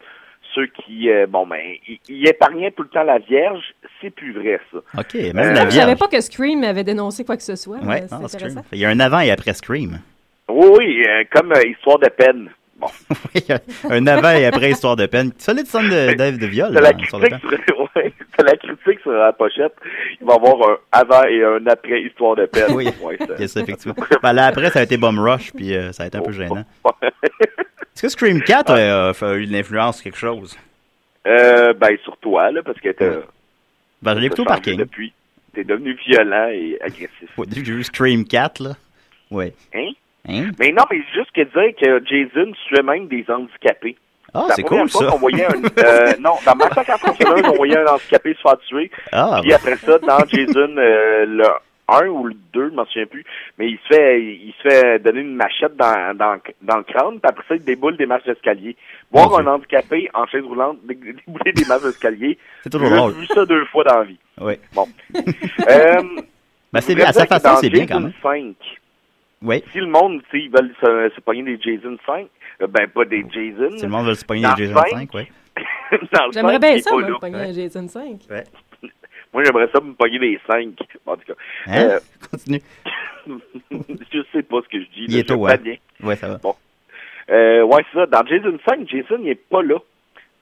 [SPEAKER 9] ceux qui, euh, bon, ben, ils ils épargnaient tout le temps la Vierge. C'est plus vrai, ça.
[SPEAKER 4] OK, même
[SPEAKER 9] Euh,
[SPEAKER 4] la
[SPEAKER 6] Je savais
[SPEAKER 4] Vierge.
[SPEAKER 6] pas que Scream avait dénoncé quoi que ce soit.
[SPEAKER 4] Ouais,
[SPEAKER 6] mais c'est
[SPEAKER 4] non, Scream.
[SPEAKER 6] intéressant.
[SPEAKER 4] Il y a un avant et après Scream. [laughs]
[SPEAKER 9] Oui, oui, euh, comme euh, Histoire de peine. Bon,
[SPEAKER 4] Oui, un avant et après Histoire de peine. Solide son de, de, de viol.
[SPEAKER 9] t'as la,
[SPEAKER 4] hein, Histoire de
[SPEAKER 9] critique
[SPEAKER 4] peine.
[SPEAKER 9] sur- [laughs] ouais, t'as la critique sur la pochette. Il va y avoir un avant et un après Histoire de peine.
[SPEAKER 4] Oui.
[SPEAKER 9] Ouais, ça-
[SPEAKER 4] [laughs] Yes, effectivement. Ben, là, après, ça a été Bomb Rush, puis euh, ça a été un peu gênant. Est-ce que Scream 4 a, a fait- a eu une influence, quelque chose?
[SPEAKER 9] Euh, ben, sur toi, là, parce que
[SPEAKER 4] Euh.
[SPEAKER 9] t'as.
[SPEAKER 4] Ben, je l'ai
[SPEAKER 9] t'as
[SPEAKER 4] plutôt
[SPEAKER 9] changé
[SPEAKER 4] parking.
[SPEAKER 9] Depuis, t'es devenu violent et agressif.
[SPEAKER 4] Ouais, dès que j'ai vu Scream 4, là. Ouais.
[SPEAKER 9] Hein?
[SPEAKER 4] Hein?
[SPEAKER 9] Mais non, mais juste que dire que Jason tuait même des handicapés.
[SPEAKER 4] Ah,
[SPEAKER 9] la
[SPEAKER 4] c'est
[SPEAKER 9] première
[SPEAKER 4] cool,
[SPEAKER 9] fois
[SPEAKER 4] ça.
[SPEAKER 9] qu'on voyait un. euh,
[SPEAKER 4] [laughs]
[SPEAKER 9] non, dans Massacre en Tronçonneuse, on voyait un handicapé se faire tuer.
[SPEAKER 4] Ah,
[SPEAKER 9] Puis après ça, dans Jason, euh, le 1 ou le 2, je m'en souviens plus, mais il se fait, il se fait donner une machette dans, dans, dans le crâne, puis après ça, il déboule des marches d'escalier. Voir
[SPEAKER 4] Mon
[SPEAKER 9] un
[SPEAKER 4] Dieu.
[SPEAKER 9] handicapé en chaise roulante dé- débouler des marches d'escalier,
[SPEAKER 4] C'est toujours
[SPEAKER 9] j'ai
[SPEAKER 4] drôle.
[SPEAKER 9] vu ça deux fois dans la vie.
[SPEAKER 4] Ouais.
[SPEAKER 9] Bon. Euh,
[SPEAKER 4] Ben, c'est
[SPEAKER 9] je
[SPEAKER 4] bien,
[SPEAKER 9] voudrais
[SPEAKER 4] à sa
[SPEAKER 9] dire que
[SPEAKER 4] façon,
[SPEAKER 9] dans
[SPEAKER 4] c'est bien quand
[SPEAKER 9] Jason
[SPEAKER 4] même.
[SPEAKER 9] 5,
[SPEAKER 4] Oui.
[SPEAKER 9] si le monde, tu sais, ils veulent se, se pogner des Jason 5, euh, ben pas des Jason.
[SPEAKER 4] Si le monde veut se pogner
[SPEAKER 9] Dans
[SPEAKER 4] des Jason
[SPEAKER 9] cinq,
[SPEAKER 4] 5, ouais.
[SPEAKER 9] [laughs] dans le
[SPEAKER 6] J'aimerais
[SPEAKER 9] cinq, il
[SPEAKER 6] bien
[SPEAKER 9] est
[SPEAKER 6] ça,
[SPEAKER 9] pas
[SPEAKER 6] moi,
[SPEAKER 9] là.
[SPEAKER 6] me pogner un Jason 5.
[SPEAKER 9] Moi, j'aimerais ça me pogner des 5. En tout cas. [laughs]
[SPEAKER 4] Hein?
[SPEAKER 9] Euh,
[SPEAKER 4] [laughs] Continue.
[SPEAKER 9] je sais pas ce que je dis. là,
[SPEAKER 4] Il est
[SPEAKER 9] je sais
[SPEAKER 4] tôt,
[SPEAKER 9] pas
[SPEAKER 4] hein?
[SPEAKER 9] bien.
[SPEAKER 4] Ouais, ça va.
[SPEAKER 9] Bon. Euh, ouais, c'est ça. Dans Jason 5, Jason n'est pas là.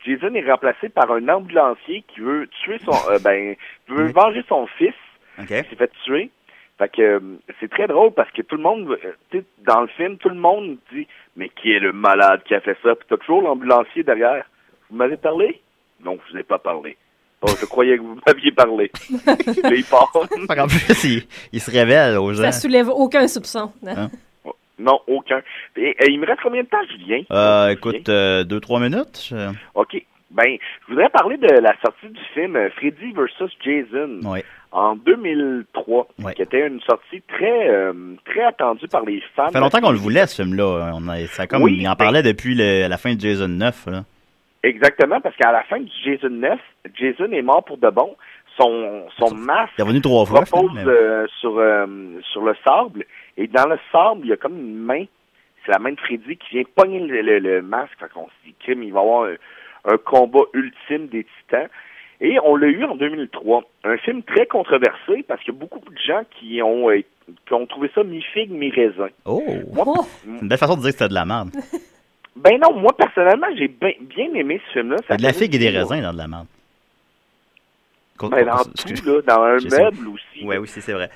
[SPEAKER 9] Jason est remplacé par un ambulancier qui veut tuer son, euh, ben, veut
[SPEAKER 4] Mm-hmm.
[SPEAKER 9] venger son fils
[SPEAKER 4] OK.
[SPEAKER 9] qui s'est fait tuer. Fait que euh, c'est très drôle parce que tout le monde, euh, tu sais, dans le film, tout le monde dit mais qui est le malade qui a fait ça Puis t'as toujours l'ambulancier derrière. Vous m'avez parlé Non, je vous ai pas parlé. Bon, je croyais que vous m'aviez parlé. Là, il part.
[SPEAKER 4] En [laughs] plus, il, il se révèle aux gens.
[SPEAKER 6] Ça soulève aucun soupçon.
[SPEAKER 4] Hein?
[SPEAKER 9] Non, aucun. Et, et il me reste combien de temps, Julien?
[SPEAKER 4] Euh, écoute, euh, deux, trois minutes. je-
[SPEAKER 9] OK. Ben, je voudrais parler de la sortie du film euh, Freddy versus Jason
[SPEAKER 4] Ouais.
[SPEAKER 9] en 2003, qui était une sortie très euh, très attendue par les fans.
[SPEAKER 4] Ça fait longtemps qu'on le voulait, ce film-là. On a, ça, comme,
[SPEAKER 9] Ah, ben, Oui, ben-
[SPEAKER 4] il en parlait depuis le- la fin de Jason 9. Là.
[SPEAKER 9] Exactement, parce qu'à la fin du Jason 9, Jason est mort pour de bon. Son, son masque
[SPEAKER 4] Il est revenu trois fois.
[SPEAKER 9] repose
[SPEAKER 4] finalement, mais-
[SPEAKER 9] euh, sur, euh, sur le sable, et dans le sable, il y a comme une main, c'est la main de Freddy qui vient pogner le, le- le masque. Fait qu'on se dit, crime, il va y avoir un, un combat ultime des titans. Et on l'a eu en 2003. Un film très controversé parce qu'il y a beaucoup de gens qui ont, euh, qui ont trouvé ça mi-figue, mi-raisin.
[SPEAKER 4] Oh! C'est une belle façon de dire que c'était de la merde.
[SPEAKER 9] Ben non, moi personnellement, j'ai ben- bien aimé ce film-là.
[SPEAKER 4] Il y a de la
[SPEAKER 9] faisait
[SPEAKER 4] figue et des
[SPEAKER 9] du bien.
[SPEAKER 4] raisins dans de la merde.
[SPEAKER 9] Ben, dans tout, là, dans un meuble aussi.
[SPEAKER 4] Oui, oui, c'est c'est vrai.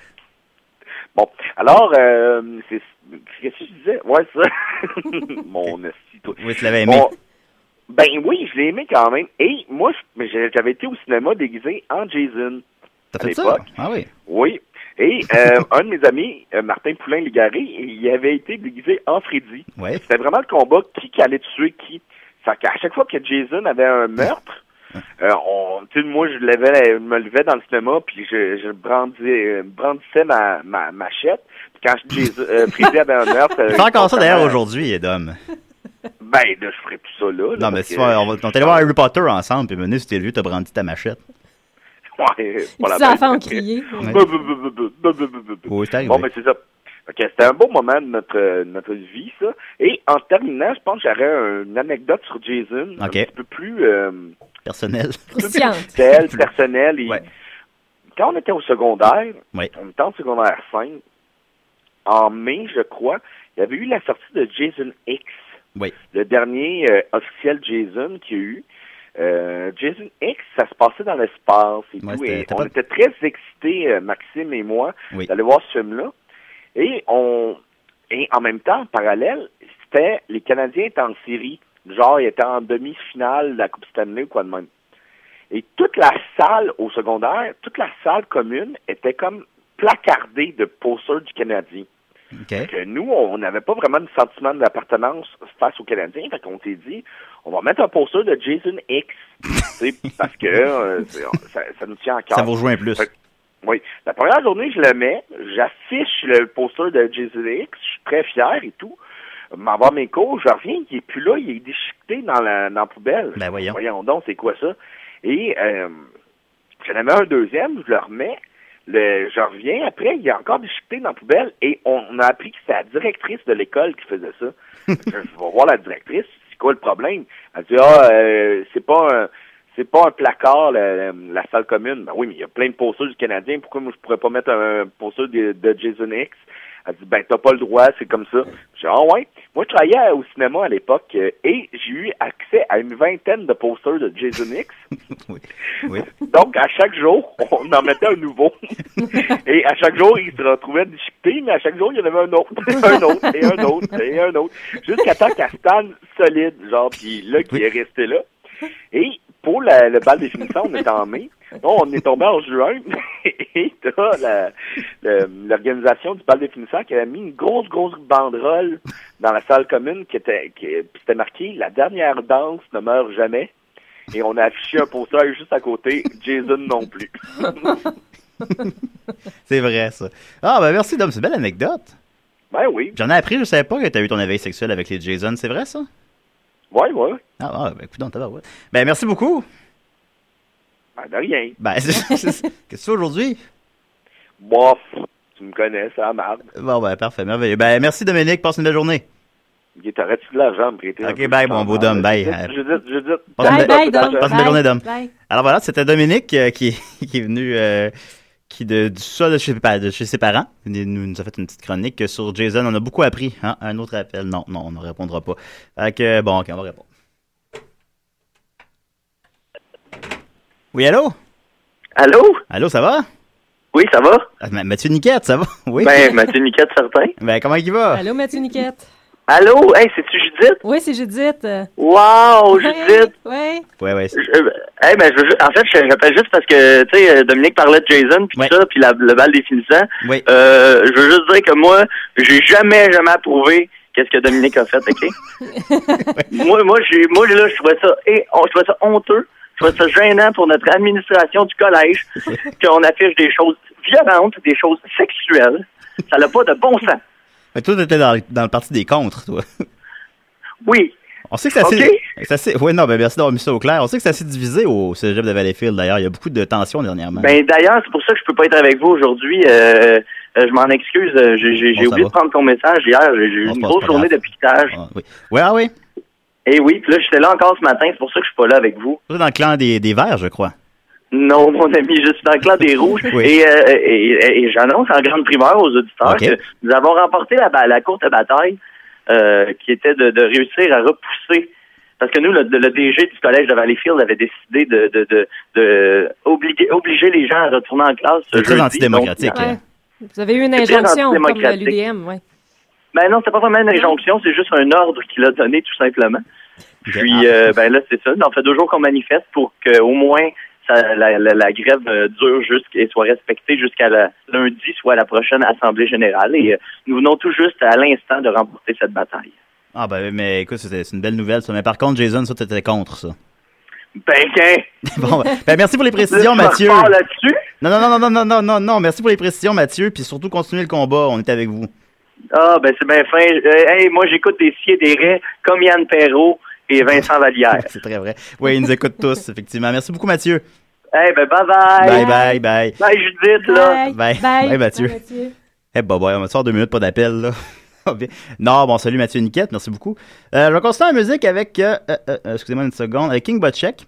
[SPEAKER 9] Bon, alors, euh, c'est- qu'est-ce que je disais? Ouais, ça.
[SPEAKER 4] [laughs]
[SPEAKER 9] Mon esti, toi.
[SPEAKER 4] Oui, tu l'avais aimé.
[SPEAKER 9] Bon, ben oui, je l'ai aimé quand même. Et moi, je- mais j'ai- j'avais été au cinéma déguisé en Jason.
[SPEAKER 4] T'as
[SPEAKER 9] à
[SPEAKER 4] fait ça?
[SPEAKER 9] l'époque.
[SPEAKER 4] Ah oui.
[SPEAKER 9] Oui. Et euh,
[SPEAKER 4] [laughs]
[SPEAKER 9] un de mes amis, euh, Martin Poulain-Légaré, il avait été déguisé en Freddy.
[SPEAKER 4] Ouais.
[SPEAKER 9] C'était vraiment le combat qui, qui allait tuer qui. Fait qu'à chaque fois que Jason avait un meurtre, euh, on, tu sais, moi, je, levais, la- me levais dans le cinéma, puis je, je brandis- euh, brandissais ma, ma machette. Puis
[SPEAKER 4] [laughs]
[SPEAKER 9] quand je- Jason, euh, Freddy avait un meurtre...
[SPEAKER 4] Il
[SPEAKER 9] euh,
[SPEAKER 4] fait encore ça d'ailleurs
[SPEAKER 9] constamment,
[SPEAKER 4] aujourd'hui, Edom.
[SPEAKER 9] Ben, là, je ferais tout ça là. là,
[SPEAKER 4] Non, mais
[SPEAKER 9] parce
[SPEAKER 4] tu
[SPEAKER 9] que-
[SPEAKER 4] vois, on, va- on est allé voir Harry Potter ensemble, puis menu, c'était lui, t'as brandi ta machette.
[SPEAKER 9] Ouais, pas la
[SPEAKER 6] Les
[SPEAKER 9] peine.
[SPEAKER 6] enfants ont
[SPEAKER 9] [laughs]
[SPEAKER 6] crié.
[SPEAKER 4] Ouais.
[SPEAKER 9] Bou, bou, bou, bou, bou, bou, bou, bou, bou, bou.
[SPEAKER 4] Oui, c'est arrivé.
[SPEAKER 9] Bon, mais c'est ça. Ok, c'était un beau moment de notre, euh, notre vie, ça. Et en terminant, je pense que j'aurais une anecdote sur Jason. Un
[SPEAKER 4] Ok.
[SPEAKER 9] petit peu plus. euh,
[SPEAKER 4] Personnel.
[SPEAKER 9] [laughs] Personnelle, personnelle. Et... Quand on était au secondaire,
[SPEAKER 4] Ouais.
[SPEAKER 9] on était en secondaire 5, en mai, je crois, il y avait eu la sortie de Jason X,
[SPEAKER 4] Oui.
[SPEAKER 9] le dernier euh, officiel Jason qu'il y a eu. Euh, Jason X, ça se passait dans l'espace et
[SPEAKER 4] Ouais,
[SPEAKER 9] tout.
[SPEAKER 4] c'était-
[SPEAKER 9] Et
[SPEAKER 4] c'était
[SPEAKER 9] on
[SPEAKER 4] pas-
[SPEAKER 9] était très excités, euh, Maxime et moi,
[SPEAKER 4] Oui.
[SPEAKER 9] d'aller voir ce film-là. Et on et en même temps, en parallèle, c'était les Canadiens étaient en série. Genre, ils étaient en demi-finale de la Coupe Stanley ou quoi de même. Et toute la salle au secondaire, toute la salle commune était comme placardée de posters du Canadien. Fait Que nous, on n'avait pas vraiment de sentiment d'appartenance face aux Canadiens. Fait qu'on s'est dit, on va mettre un poster de Jason X. Tu sais, parce que euh, c'est- ça, ça nous tient à cœur.
[SPEAKER 4] Ça vous rejoint plus.
[SPEAKER 9] Fait que- oui. La première journée, je le mets. J'affiche le poster de Jason X. Je suis très fier et tout. M'envoie mes cours. Je reviens. Il est plus là. Il est déchiqueté dans la, dans la poubelle.
[SPEAKER 4] Ben voyons.
[SPEAKER 9] donc, c'est quoi ça? Et euh, j'en avais un deuxième. Je le remets. Le, je reviens après, il est encore déchiqueté dans la poubelle et on, on a appris que c'est la directrice de l'école qui faisait ça. Fait que je vais voir la directrice, c'est quoi le problème? Elle dit Ah, euh, c'est pas un c'est pas un placard, la, la salle commune. Ben oui, mais il y a plein de posters du Canadien. Pourquoi moi je pourrais pas mettre un poster de, de Jason X? Elle dit Ben t'as pas le droit, c'est comme ça. J'ai dit Ah ouais. Moi je travaillais au cinéma à l'époque euh, et j'ai eu accès à une vingtaine de posters de Jason X.
[SPEAKER 4] [laughs] Oui.
[SPEAKER 9] Donc, à chaque jour, [laughs] on en mettait un nouveau. Et à chaque jour, il se retrouvait déchiqueté, mais à chaque jour, il y en avait un autre, [laughs] un autre, et un autre, et un autre. Jusqu'à temps qu'elle stand solide, genre, puis là, qui est resté là. Et pour la- le bal des finissants, on est en mai. Donc, on est tombé en juin. [laughs] Et t'as la- le- l'organisation du bal des finissants qui avait mis une grosse, grosse banderole dans la salle commune qui était, qui, puis c'était marqué « La dernière danse ne meurt jamais ». Et on a affiché un poster juste à côté, Jason non plus.
[SPEAKER 4] C'est vrai, ça. Ah, ben merci, Dom. C'est une belle anecdote.
[SPEAKER 9] Ben oui.
[SPEAKER 4] J'en ai appris, je savais pas que t'as eu ton éveil sexuel avec les Jason. C'est vrai, ça?
[SPEAKER 9] Ouais, ouais.
[SPEAKER 4] Ah, ah ben écoute, tabarouette. Ben merci beaucoup.
[SPEAKER 9] Ben, de rien.
[SPEAKER 4] Ben, [laughs] c'est- c'est- qu'est-ce que c'est aujourd'hui?
[SPEAKER 9] Bof, tu me connais, ça marde.
[SPEAKER 4] Bon, ben parfait, merveilleux. Ben merci, Dominique. Passe une belle journée.
[SPEAKER 9] Il t'arrête-tu de l'argent me prêter? un
[SPEAKER 4] Ok,
[SPEAKER 9] peu
[SPEAKER 4] bye,
[SPEAKER 9] de temps?
[SPEAKER 4] mon beau Dom, bye.
[SPEAKER 9] Je dis, je dis.
[SPEAKER 4] Passe une belle- Passe une belle journée, Dom.
[SPEAKER 9] Bye.
[SPEAKER 4] Alors voilà, c'était Dominique euh, qui, [laughs] qui est venu euh, qui de, du sol de chez, pa- de chez ses parents. Il nous, nous a fait une petite chronique sur Jason. On a beaucoup appris. hein. Un autre appel. Non, non, on ne répondra pas. Fait que, bon, ok, on va répondre. Oui, allô?
[SPEAKER 11] Allô?
[SPEAKER 4] Allô, ça va?
[SPEAKER 11] Oui, ça va?
[SPEAKER 4] Ah, Ma- Mathieu Niquette, ça va? [laughs] Oui.
[SPEAKER 9] Ben.
[SPEAKER 11] Ben, Mathieu Niquette, certain.
[SPEAKER 4] Ben, comment il va?
[SPEAKER 6] Allô, Mathieu Niquette.
[SPEAKER 11] Allô? Hey, c'est-tu Judith?
[SPEAKER 6] Oui, c'est Judith.
[SPEAKER 11] Wow,
[SPEAKER 6] Oui,
[SPEAKER 11] Judith!
[SPEAKER 6] Oui.
[SPEAKER 4] Ouais, ouais.
[SPEAKER 11] Je- euh, eh ben, je veux ju- en fait, je rappelle juste parce que, tu sais, euh, Dominique parlait de Jason, puis ça, puis la- le bal des finissants.
[SPEAKER 4] Oui.
[SPEAKER 11] Euh, je veux juste dire que moi, j'ai jamais, jamais approuvé qu'est-ce que Dominique a fait,
[SPEAKER 4] [laughs]
[SPEAKER 11] OK? moi, moi, j'ai, moi, là, je trouvais ça, et, je trouvais ça honteux, je trouvais ça gênant pour notre administration du
[SPEAKER 4] [laughs]
[SPEAKER 11] collège qu'on affiche des choses violentes, des choses sexuelles. Ça n'a pas de bon sens.
[SPEAKER 4] Mais toi, t'étais dans, le- dans le parti des contres, toi.
[SPEAKER 11] Oui.
[SPEAKER 4] On sait que ça
[SPEAKER 11] OK.
[SPEAKER 4] s'est. Oui, non, ben merci d'avoir mis ça au clair. On sait que ça s'est divisé au cégep de Valleyfield, d'ailleurs. Il y a beaucoup de tensions dernièrement.
[SPEAKER 11] Ben d'ailleurs, c'est pour ça que je peux pas être avec vous aujourd'hui. Euh, euh, je m'en excuse. euh, J'ai j'ai-
[SPEAKER 4] Bon,
[SPEAKER 11] j'ai
[SPEAKER 4] ça
[SPEAKER 11] oublié
[SPEAKER 4] va.
[SPEAKER 11] de prendre ton message hier. J'ai j'ai eu
[SPEAKER 4] Bon, c'est
[SPEAKER 11] une
[SPEAKER 4] pas-
[SPEAKER 11] grosse
[SPEAKER 4] c'est pas
[SPEAKER 11] journée de
[SPEAKER 4] grave.
[SPEAKER 11] piquetage.
[SPEAKER 4] Oui, ah oui.
[SPEAKER 11] Et oui, puis là, j'étais là encore ce matin. C'est pour ça que je suis pas là avec vous.
[SPEAKER 4] Toi, dans le clan des, des Verts, je crois.
[SPEAKER 11] Non, mon ami, je suis dans le clan des Rouges.
[SPEAKER 4] Oui.
[SPEAKER 11] Et, euh, et, et- et j'annonce en grande primeur aux auditeurs
[SPEAKER 4] Ok.
[SPEAKER 11] que nous avons remporté la, ba- la courte bataille euh, qui était de, de réussir à repousser. Parce que nous, le, le DG du collège de Valleyfield avait décidé de, de, de, de obliger, obliger les gens à retourner en classe. ce
[SPEAKER 4] C'est très
[SPEAKER 11] jeudi.
[SPEAKER 4] antidémocratique.
[SPEAKER 11] Donc,
[SPEAKER 4] hein.
[SPEAKER 6] Vous avez eu une
[SPEAKER 11] C'est bien
[SPEAKER 6] injonction comme
[SPEAKER 11] antidémocratique.
[SPEAKER 6] l'UDM, oui.
[SPEAKER 11] Ben non, c'est pas vraiment une injonction, c'est juste un ordre qu'il a donné tout simplement. Puis euh, ben là, c'est ça. On fait deux jours qu'on manifeste pour que au moins ça- la, la- la grève euh, dure jusqu'- et soit respectée jusqu'à la- lundi, soit à la prochaine Assemblée générale. Et euh, nous venons tout juste à l'instant de remporter cette bataille.
[SPEAKER 4] Ah, ben, mais écoute, c'est c'est une belle nouvelle, ça. Mais par contre, Jason, ça, t'étais contre, ça. [laughs]
[SPEAKER 11] Ben, qu'un-
[SPEAKER 4] Bon, ben, ben, merci pour les
[SPEAKER 11] Là,
[SPEAKER 4] précisions,
[SPEAKER 11] je me
[SPEAKER 4] Mathieu.
[SPEAKER 11] repars là-dessus.
[SPEAKER 4] Non, non, non, non, non, non, non, non, merci pour les précisions, Mathieu. Puis surtout, continuez le combat. On est avec vous.
[SPEAKER 11] Ah, ben c'est bien fin. Euh, hey, moi, j'écoute des si et des raies comme Yann Perrault et Vincent Vallière.
[SPEAKER 4] [laughs] C'est très vrai. Oui, ils nous écoutent tous, effectivement. Merci beaucoup, Mathieu.
[SPEAKER 11] hey, ben bye-bye.
[SPEAKER 4] Bye, bye, bye.
[SPEAKER 11] Bye, Judith, là.
[SPEAKER 4] Bye. Bye, Mathieu. Bye, Eh, bah, bah, on va te faire deux minutes, pas d'appel, là. [laughs] Bien. non, bon, salut Mathieu Niquette, merci beaucoup. Euh, je vais continuer la musique avec, euh, euh, euh, excusez-moi une seconde, avec King Botchek,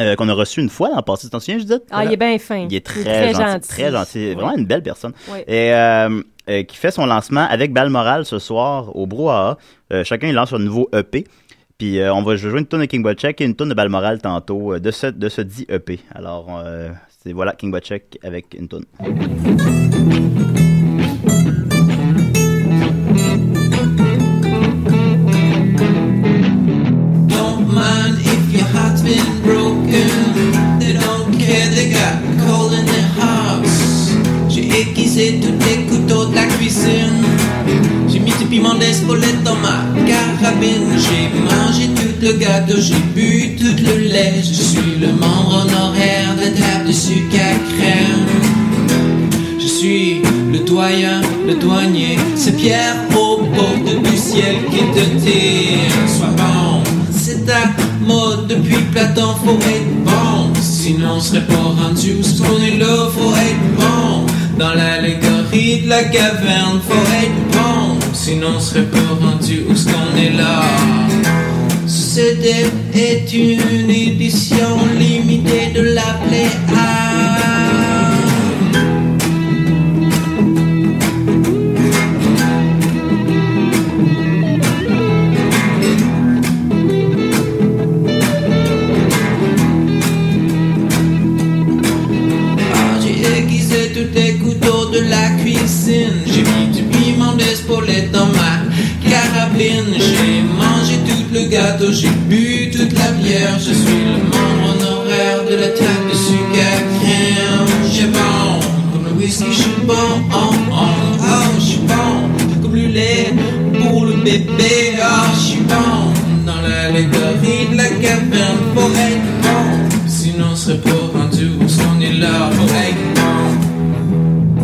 [SPEAKER 4] euh, qu'on a reçu une fois dans le passé. T'en souviens, Judith?
[SPEAKER 6] Ah, il est bien fin.
[SPEAKER 4] Il est très, gentil, Très
[SPEAKER 6] Oui.
[SPEAKER 4] gentil. Vraiment une belle personne.
[SPEAKER 6] Oui.
[SPEAKER 4] Et euh, euh, qui fait son lancement avec Balmoral ce soir au Brouhaha. Euh, chacun, il lance un nouveau EP. Puis euh, on va jouer une tonne de King Botchek et une tonne de Balmoral tantôt euh, de ce, de ce dit EP. Alors, euh, c'est voilà, King Botchek avec une tonne.
[SPEAKER 5] Don't mind if your heart's been broken. They don't care, they got coal in their hearts. J'ai aiguisé tous les couteaux de la cuisine. J'ai mis du piment d'Espelette dans ma carabine. J'ai mangé tout le gâteau, j'ai bu tout le lait. Je suis le membre honoraire de la table de sucre à crème. Je suis le doyen, le douanier. C'est Pierre au bord du ciel qui te dit Sois bon. C'est ta mode depuis Platon, faut être bon. Sinon, on serait pas rendu où se tourner là, faut être bon. Dans l'allégorie de la caverne, faut être bon. Sinon, on serait pas rendu où ce qu'on est là. Ce CD est une édition limitée de la Pléiade. Ah, J'ai aiguisé tous les couteaux de la cuisine. J'ai mis du piment d'Espelette dans ma carabine. J'ai mangé tout le gâteau, j'ai bu toute la bière. Je suis le membre honoraire de la table de sucre à crème. J'ai bon, comme le whisky, je suis bon. Oh, oh, oh, je suis bon, comme le lait pour le bébé. Oh, je suis bon, dans l'allégorie de la caverne Oh. pour être bon. Sinon, on serait pas rendu où est-ce qu'on est là pour être bon.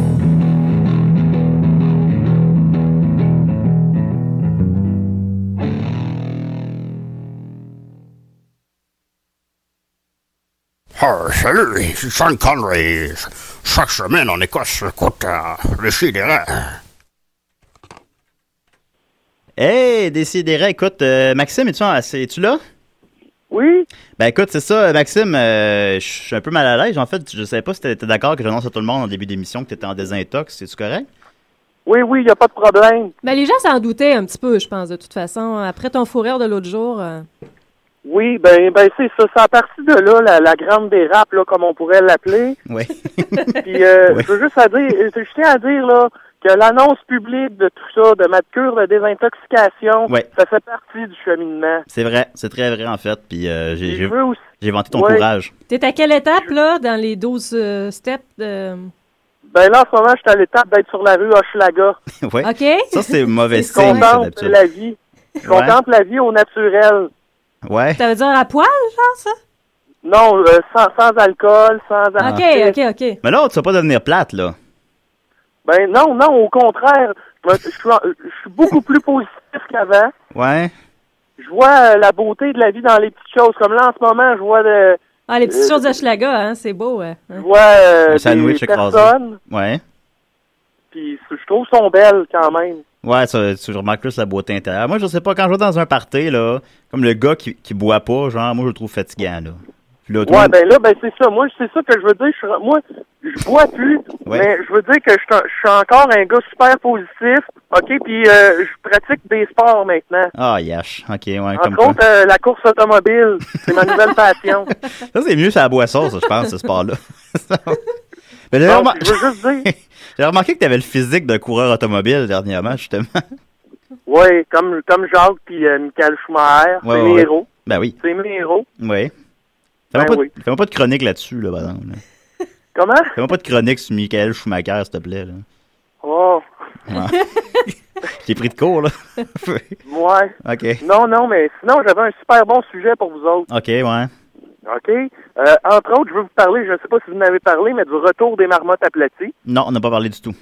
[SPEAKER 12] Ah, salut, c'est Sean Connery. Chaque semaine en Écosse, écoute, euh, le sidéré.
[SPEAKER 4] Hey, Décidéré, écoute, euh, Maxime, es-tu, en- c'est- es-tu là?
[SPEAKER 10] Oui.
[SPEAKER 4] Ben écoute, c'est ça, Maxime, euh, je suis un peu mal à l'aise. En fait, je savais pas si t'étais d'accord que j'annonce à tout le monde en début d'émission que t'étais en désintox. C'est-tu correct?
[SPEAKER 10] Oui, oui, il n'y a pas de problème.
[SPEAKER 6] Ben, les gens s'en doutaient un petit peu, je pense, de toute façon. Après ton fou rire de l'autre jour, euh,
[SPEAKER 10] Oui, ben, ben c'est ça. C'est à partir de là, la, la grande [laughs] dérape, là, comme on pourrait l'appeler.
[SPEAKER 4] Oui.
[SPEAKER 10] Puis, euh, je veux juste à dire, je tiens à dire, là, que l'annonce publique de tout ça, de ma cure de désintoxication,
[SPEAKER 4] Ouais.
[SPEAKER 10] ça fait partie du cheminement.
[SPEAKER 4] C'est vrai, c'est très vrai en fait. Puis euh, j'ai- j'ai
[SPEAKER 10] veux aussi-
[SPEAKER 4] j'ai vanté ton
[SPEAKER 10] Ouais.
[SPEAKER 4] courage. [laughs]
[SPEAKER 6] T'es à quelle étape, là, dans les 12 euh, steps? euh,
[SPEAKER 10] Ben là, en ce moment, je suis à l'étape d'être sur la rue Hochelaga.
[SPEAKER 4] ouais.
[SPEAKER 6] OK.
[SPEAKER 4] Ça, c'est mauvais
[SPEAKER 10] Je
[SPEAKER 4] signe. ça,
[SPEAKER 10] contemple
[SPEAKER 4] d'habitude.
[SPEAKER 10] la vie. Je
[SPEAKER 4] Ouais.
[SPEAKER 10] contemple la vie au naturel.
[SPEAKER 4] Ouais.
[SPEAKER 6] Ça veut dire à poil, genre, ça?
[SPEAKER 10] Non, euh, sans, sans alcool, sans
[SPEAKER 4] Ah.
[SPEAKER 6] OK,
[SPEAKER 10] artifice.
[SPEAKER 6] OK, OK.
[SPEAKER 4] Mais là, tu vas pas devenir plate, là.
[SPEAKER 10] Ben non, non, au contraire. Je me- je suis en- je suis beaucoup plus positif qu'avant.
[SPEAKER 4] Ouais.
[SPEAKER 10] Je vois euh, la beauté de la vie dans les petites choses. Comme là, en ce moment, je vois de,
[SPEAKER 6] Ah, les petites
[SPEAKER 10] Euh,
[SPEAKER 6] choses d'Ashlaga, hein, c'est beau. hein.
[SPEAKER 10] je vois, euh,
[SPEAKER 4] Un sandwich
[SPEAKER 10] des
[SPEAKER 4] écrasé.
[SPEAKER 10] personnes,
[SPEAKER 4] Ouais.
[SPEAKER 10] puis je trouve qu'elles sont belles quand même.
[SPEAKER 4] Ouais, ça, tu remarques plus la beauté intérieure. Moi, je sais pas, quand je vais dans un party, là, comme le gars qui, qui boit pas, genre, moi, je le trouve fatigant, là. Puis là, tout le
[SPEAKER 10] Ouais,
[SPEAKER 4] monde-
[SPEAKER 10] ben là, ben c'est ça. Moi, c'est ça que je veux dire. Je suis- moi, je bois plus,
[SPEAKER 4] Ouais.
[SPEAKER 10] mais je veux dire que je, suis un- je suis encore un gars super positif. OK, puis euh, je pratique des sports maintenant.
[SPEAKER 4] Ah, yash. OK, ouais, comme
[SPEAKER 10] Entre autres,
[SPEAKER 4] quoi.
[SPEAKER 10] euh, la course automobile, c'est ma
[SPEAKER 4] [laughs]
[SPEAKER 10] nouvelle passion.
[SPEAKER 4] Ça, c'est mieux sur la boisson, ça, je pense, ce sport-là. [laughs] Ça- Mais j'avais
[SPEAKER 10] Donc,
[SPEAKER 4] remar-
[SPEAKER 10] je veux juste
[SPEAKER 4] [laughs]
[SPEAKER 10] dire,
[SPEAKER 4] j'avais remarqué que t'avais le physique d'un coureur automobile dernièrement, justement. [laughs]
[SPEAKER 10] oui, comme, comme Jacques puis euh, Michael Schumacher,
[SPEAKER 4] Ouais,
[SPEAKER 10] c'est
[SPEAKER 4] ouais,
[SPEAKER 10] mes
[SPEAKER 4] ouais.
[SPEAKER 10] héros.
[SPEAKER 4] Ben oui.
[SPEAKER 10] C'est mes héros.
[SPEAKER 4] Ouais.
[SPEAKER 10] Ben
[SPEAKER 4] Fais-moi pas, de-
[SPEAKER 10] oui.
[SPEAKER 4] fais-moi pas de chronique là-dessus, là, par exemple. là.
[SPEAKER 10] Comment?
[SPEAKER 4] Fais-moi pas de chronique sur Michael Schumacher, s'il te plaît, là.
[SPEAKER 10] Oh,
[SPEAKER 4] Ouais. J'ai pris de court, là. [laughs]
[SPEAKER 10] ouais.
[SPEAKER 4] OK.
[SPEAKER 10] Non, non, mais sinon, j'avais un super bon sujet pour vous autres.
[SPEAKER 4] OK, ouais.
[SPEAKER 10] OK? Euh, entre autres, je veux vous parler, je ne sais pas si vous en avez parlé, mais du retour des marmottes aplaties.
[SPEAKER 4] Non, on n'a pas parlé du tout.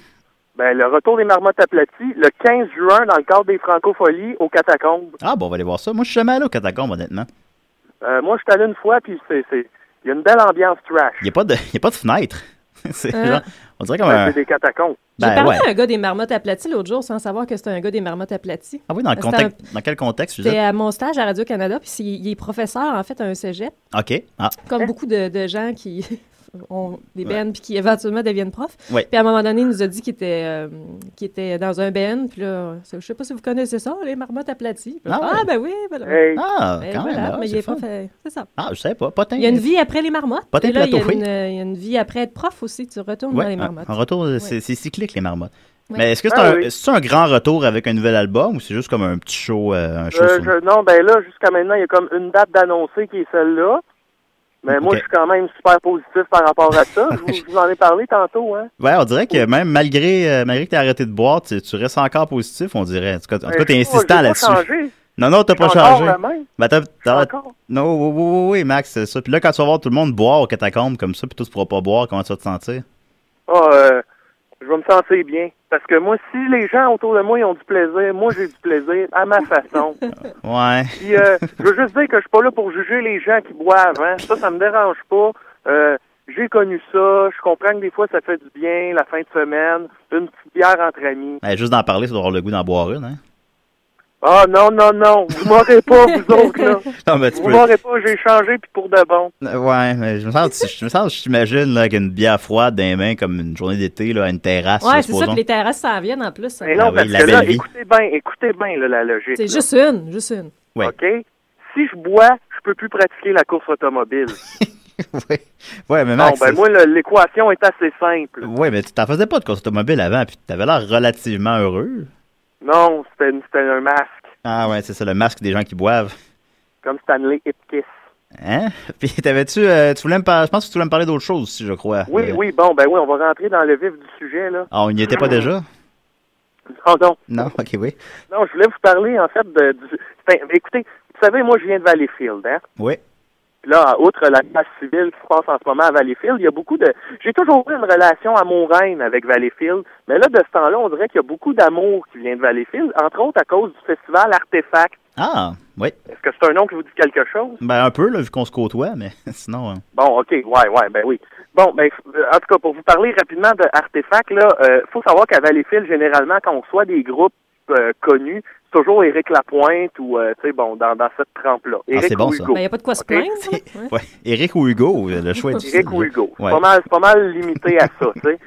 [SPEAKER 10] Ben, le retour des marmottes aplaties, le 15 juin, dans le cadre des francopholies, aux catacombes.
[SPEAKER 4] Ah, bon, on va aller voir ça. Moi, je suis jamais allé au catacombe, honnêtement.
[SPEAKER 10] Euh, moi, je suis allé une fois, puis c'est... c'est- Il y a une belle ambiance trash.
[SPEAKER 4] Il n'y a, pas de- y a pas de fenêtre. [laughs] C'est
[SPEAKER 6] Hein?
[SPEAKER 4] genre- on dirait comme
[SPEAKER 10] Ben,
[SPEAKER 4] un...
[SPEAKER 10] c'est des catacombes.
[SPEAKER 6] J'ai
[SPEAKER 4] Ben,
[SPEAKER 6] parlé
[SPEAKER 4] ouais.
[SPEAKER 6] à un gars des marmottes aplaties l'autre jour sans savoir que c'était un gars des marmottes aplaties.
[SPEAKER 4] Ah oui, dans, le
[SPEAKER 6] C'était
[SPEAKER 4] contexte,
[SPEAKER 6] un-
[SPEAKER 4] dans quel contexte,
[SPEAKER 6] C'était
[SPEAKER 4] Suzette?
[SPEAKER 6] à mon stage à Radio-Canada, puis c'est- il est professeur, en fait, à un cégep,
[SPEAKER 4] OK. Ah,
[SPEAKER 6] comme beaucoup de, de gens qui [laughs] ont des
[SPEAKER 4] Ouais.
[SPEAKER 6] BN, puis qui éventuellement deviennent profs.
[SPEAKER 4] Ouais.
[SPEAKER 6] Puis à un moment donné, il nous a dit qu'il était, euh, qu'il était dans un BN, puis là, je sais pas si vous connaissez ça, les marmottes aplaties. Puis,
[SPEAKER 4] Ah
[SPEAKER 6] Ah,
[SPEAKER 4] ouais.
[SPEAKER 6] ben oui, ben là.
[SPEAKER 4] Hey. Ah,
[SPEAKER 6] Ben
[SPEAKER 4] quand même,
[SPEAKER 6] voilà,
[SPEAKER 4] ah,
[SPEAKER 6] mais il
[SPEAKER 4] c'est
[SPEAKER 6] est
[SPEAKER 4] fun.
[SPEAKER 6] prof, euh, c'est ça.
[SPEAKER 4] ah, je sais pas. Potin.
[SPEAKER 6] Il y a une vie après les marmottes.
[SPEAKER 4] Pas tant
[SPEAKER 6] Et là, il y, a
[SPEAKER 4] plateau,
[SPEAKER 6] une,
[SPEAKER 4] oui.
[SPEAKER 6] euh, il y a une vie après être prof aussi. Tu retournes
[SPEAKER 4] Ouais,
[SPEAKER 6] dans les
[SPEAKER 4] un-
[SPEAKER 6] marmottes.
[SPEAKER 4] Un, retour, euh,
[SPEAKER 6] Ouais.
[SPEAKER 4] c'est c'est cyclique, les marmottes.
[SPEAKER 6] Ouais.
[SPEAKER 4] Mais est-ce que c'est
[SPEAKER 10] Ah
[SPEAKER 4] un,
[SPEAKER 10] oui.
[SPEAKER 4] c'est un grand retour avec un nouvel album ou c'est juste comme un petit show, euh, un show
[SPEAKER 10] Euh,
[SPEAKER 4] sur-
[SPEAKER 10] je- non, ben là, jusqu'à maintenant, il y a comme une date d'annoncer qui est celle-là. Mais moi,
[SPEAKER 4] Ok.
[SPEAKER 10] je suis quand même super positif par rapport à
[SPEAKER 4] [laughs]
[SPEAKER 10] ça. je, vous, je vous en ai parlé tantôt, hein.
[SPEAKER 4] Ouais, on dirait que même malgré, euh, malgré que tu arrêté de boire, tu, tu restes encore positif, on dirait. En tout cas, en tout
[SPEAKER 10] Ben,
[SPEAKER 4] cas,
[SPEAKER 10] je
[SPEAKER 4] t'es
[SPEAKER 10] sais pas, j'ai
[SPEAKER 4] insistant
[SPEAKER 10] pas
[SPEAKER 4] là-dessus.
[SPEAKER 10] changé.
[SPEAKER 4] Non, non, t'as
[SPEAKER 10] Je
[SPEAKER 4] pas
[SPEAKER 10] suis encore euh,
[SPEAKER 4] changé.
[SPEAKER 10] le même.
[SPEAKER 4] Ben, t'as- t'as-
[SPEAKER 10] encore.
[SPEAKER 4] Non, oui, oui, oui, oui, Max, c'est ça. Puis là, quand tu vas voir tout le monde boire au catacombe comme ça, puis toi, tu pourras pas boire, comment tu vas te sentir?
[SPEAKER 10] Ah, euh, je vais me sentir bien. Parce que moi, si les gens autour de moi ils ont du plaisir, moi, j'ai du plaisir à ma
[SPEAKER 4] [laughs]
[SPEAKER 10] façon.
[SPEAKER 4] Ouais.
[SPEAKER 10] Puis, euh, je veux juste dire que je suis pas là pour juger les gens qui boivent. Hein. Ça, ça me dérange pas. Euh, j'ai connu ça. Je comprends que des fois, ça fait du bien la fin de semaine. Une petite bière entre amis.
[SPEAKER 4] Ben, juste d'en parler, ça doit avoir le goût d'en boire une, hein?
[SPEAKER 10] Ah non, non, non. Vous m'aurez pas,
[SPEAKER 4] [laughs]
[SPEAKER 10] vous autres, là.
[SPEAKER 4] Non, mais tu
[SPEAKER 10] Vous
[SPEAKER 4] peux.
[SPEAKER 10] m'aurez pas. J'ai changé, puis pour de bon.
[SPEAKER 4] Ouais, mais je me sens, je me sens, je t'imagine, là, avec une bière froide dans les mains, comme une journée d'été, là, à une terrasse, là,
[SPEAKER 6] Ouais, c'est ça.
[SPEAKER 4] supposons.
[SPEAKER 6] Puis les terrasses s'en viennent en plus. hein.
[SPEAKER 10] Mais non,
[SPEAKER 4] Ah oui,
[SPEAKER 10] parce
[SPEAKER 4] la
[SPEAKER 10] que là,
[SPEAKER 4] belle vie.
[SPEAKER 10] écoutez bien, écoutez bien, là, la logique.
[SPEAKER 6] C'est
[SPEAKER 10] là.
[SPEAKER 6] juste une, juste une.
[SPEAKER 4] Ouais.
[SPEAKER 10] OK? Si je bois, je peux plus pratiquer la course automobile.
[SPEAKER 4] [laughs] ouais. ouais, mais
[SPEAKER 10] Non,
[SPEAKER 4] Max.
[SPEAKER 10] ben moi, le- l'équation est assez simple.
[SPEAKER 4] Ouais, mais tu t'en faisais pas de course automobile avant, puis t'avais l'air relativement heureux.
[SPEAKER 10] Non, c'était une- c'était un masque,
[SPEAKER 4] Ah ouais, c'est ça, le masque des gens qui boivent.
[SPEAKER 10] comme Stanley Ipkiss.
[SPEAKER 4] Hein? [laughs] Puis t'avais-tu, euh, tu voulais me par- je pense que tu voulais me parler d'autre chose aussi, je crois.
[SPEAKER 10] Oui,
[SPEAKER 4] Euh,
[SPEAKER 10] oui, bon, ben oui, on va rentrer dans le vif du sujet, là.
[SPEAKER 4] Ah, on n'y était pas déjà?
[SPEAKER 10] Non, non,
[SPEAKER 4] Non, ok, oui.
[SPEAKER 10] non, je voulais vous parler, en fait, de, du... c'est un- Écoutez, vous savez, moi, je viens de Valleyfield, hein?
[SPEAKER 4] Oui.
[SPEAKER 10] Puis là, outre la passe civile qui se passe en ce moment à Valleyfield, il y a beaucoup de... J'ai toujours eu une relation à mon règne avec Valleyfield, mais là, de ce temps-là, on dirait qu'il y a beaucoup d'amour qui vient de Valleyfield, entre autres à cause du festival Artefact.
[SPEAKER 4] Ah, oui.
[SPEAKER 10] Est-ce que c'est un nom qui vous dit quelque chose?
[SPEAKER 4] Ben, un peu, là, vu qu'on se côtoie, mais [laughs] sinon. euh,
[SPEAKER 10] Bon, OK, ouais, ouais, ben oui. Bon, ben, f- euh, en tout cas, pour vous parler rapidement de Artefact, là, euh, faut savoir qu'à Valleyfield, généralement, quand on reçoit des groupes euh, connus, c'est toujours Éric Lapointe ou, euh, tu sais, bon, dans, dans cette trempe-là. Éric
[SPEAKER 4] Ah, c'est bon,
[SPEAKER 10] ou
[SPEAKER 4] ça.
[SPEAKER 10] Hugo.
[SPEAKER 6] Ben, il n'y a pas de quoi se
[SPEAKER 10] OK?
[SPEAKER 6] plaindre. là. Ouais.
[SPEAKER 4] [laughs] Ouais. Eric ou Hugo, euh, le choix est difficile.
[SPEAKER 10] Éric ou Hugo. C'est
[SPEAKER 4] Ouais.
[SPEAKER 10] Pas mal, c'est pas mal limité à ça, tu sais.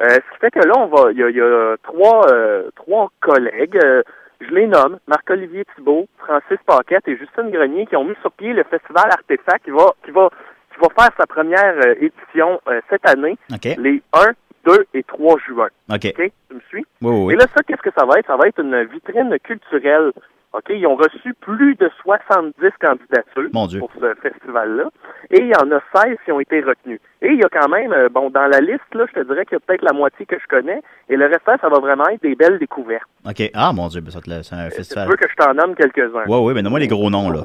[SPEAKER 10] Euh, ce qui fait que là, on va, il y a, il y a trois, euh, trois collègues, euh, je les nomme, Marc-Olivier Thibault, Francis Paquette et Justine Grenier, qui ont mis sur pied le festival Artefact qui va, qui va, qui va faire sa première euh, édition euh, cette année,
[SPEAKER 4] Ok.
[SPEAKER 10] les 1, 12, 2 et 3 juin.
[SPEAKER 4] OK.
[SPEAKER 10] OK? Tu me suis?
[SPEAKER 4] Oui, oui, oui.
[SPEAKER 10] Et là, ça, qu'est-ce que ça va être? Ça va être une vitrine culturelle. OK? Ils ont reçu plus de 70 candidatures
[SPEAKER 4] Mon Dieu.
[SPEAKER 10] pour ce festival-là. Et il y en a 16 qui ont été retenues. Et il y a quand même, euh, bon, dans la liste, là, je te dirais qu'il y a peut-être la moitié que je connais. Et le restant, ça va vraiment être des belles découvertes.
[SPEAKER 4] OK. Ah, mon Dieu, ben, ça te le- c'est un
[SPEAKER 10] Tu
[SPEAKER 4] festival.
[SPEAKER 10] veux que je t'en nomme quelques-uns?
[SPEAKER 4] Ouais, ouais, mais donne-moi les gros noms, là.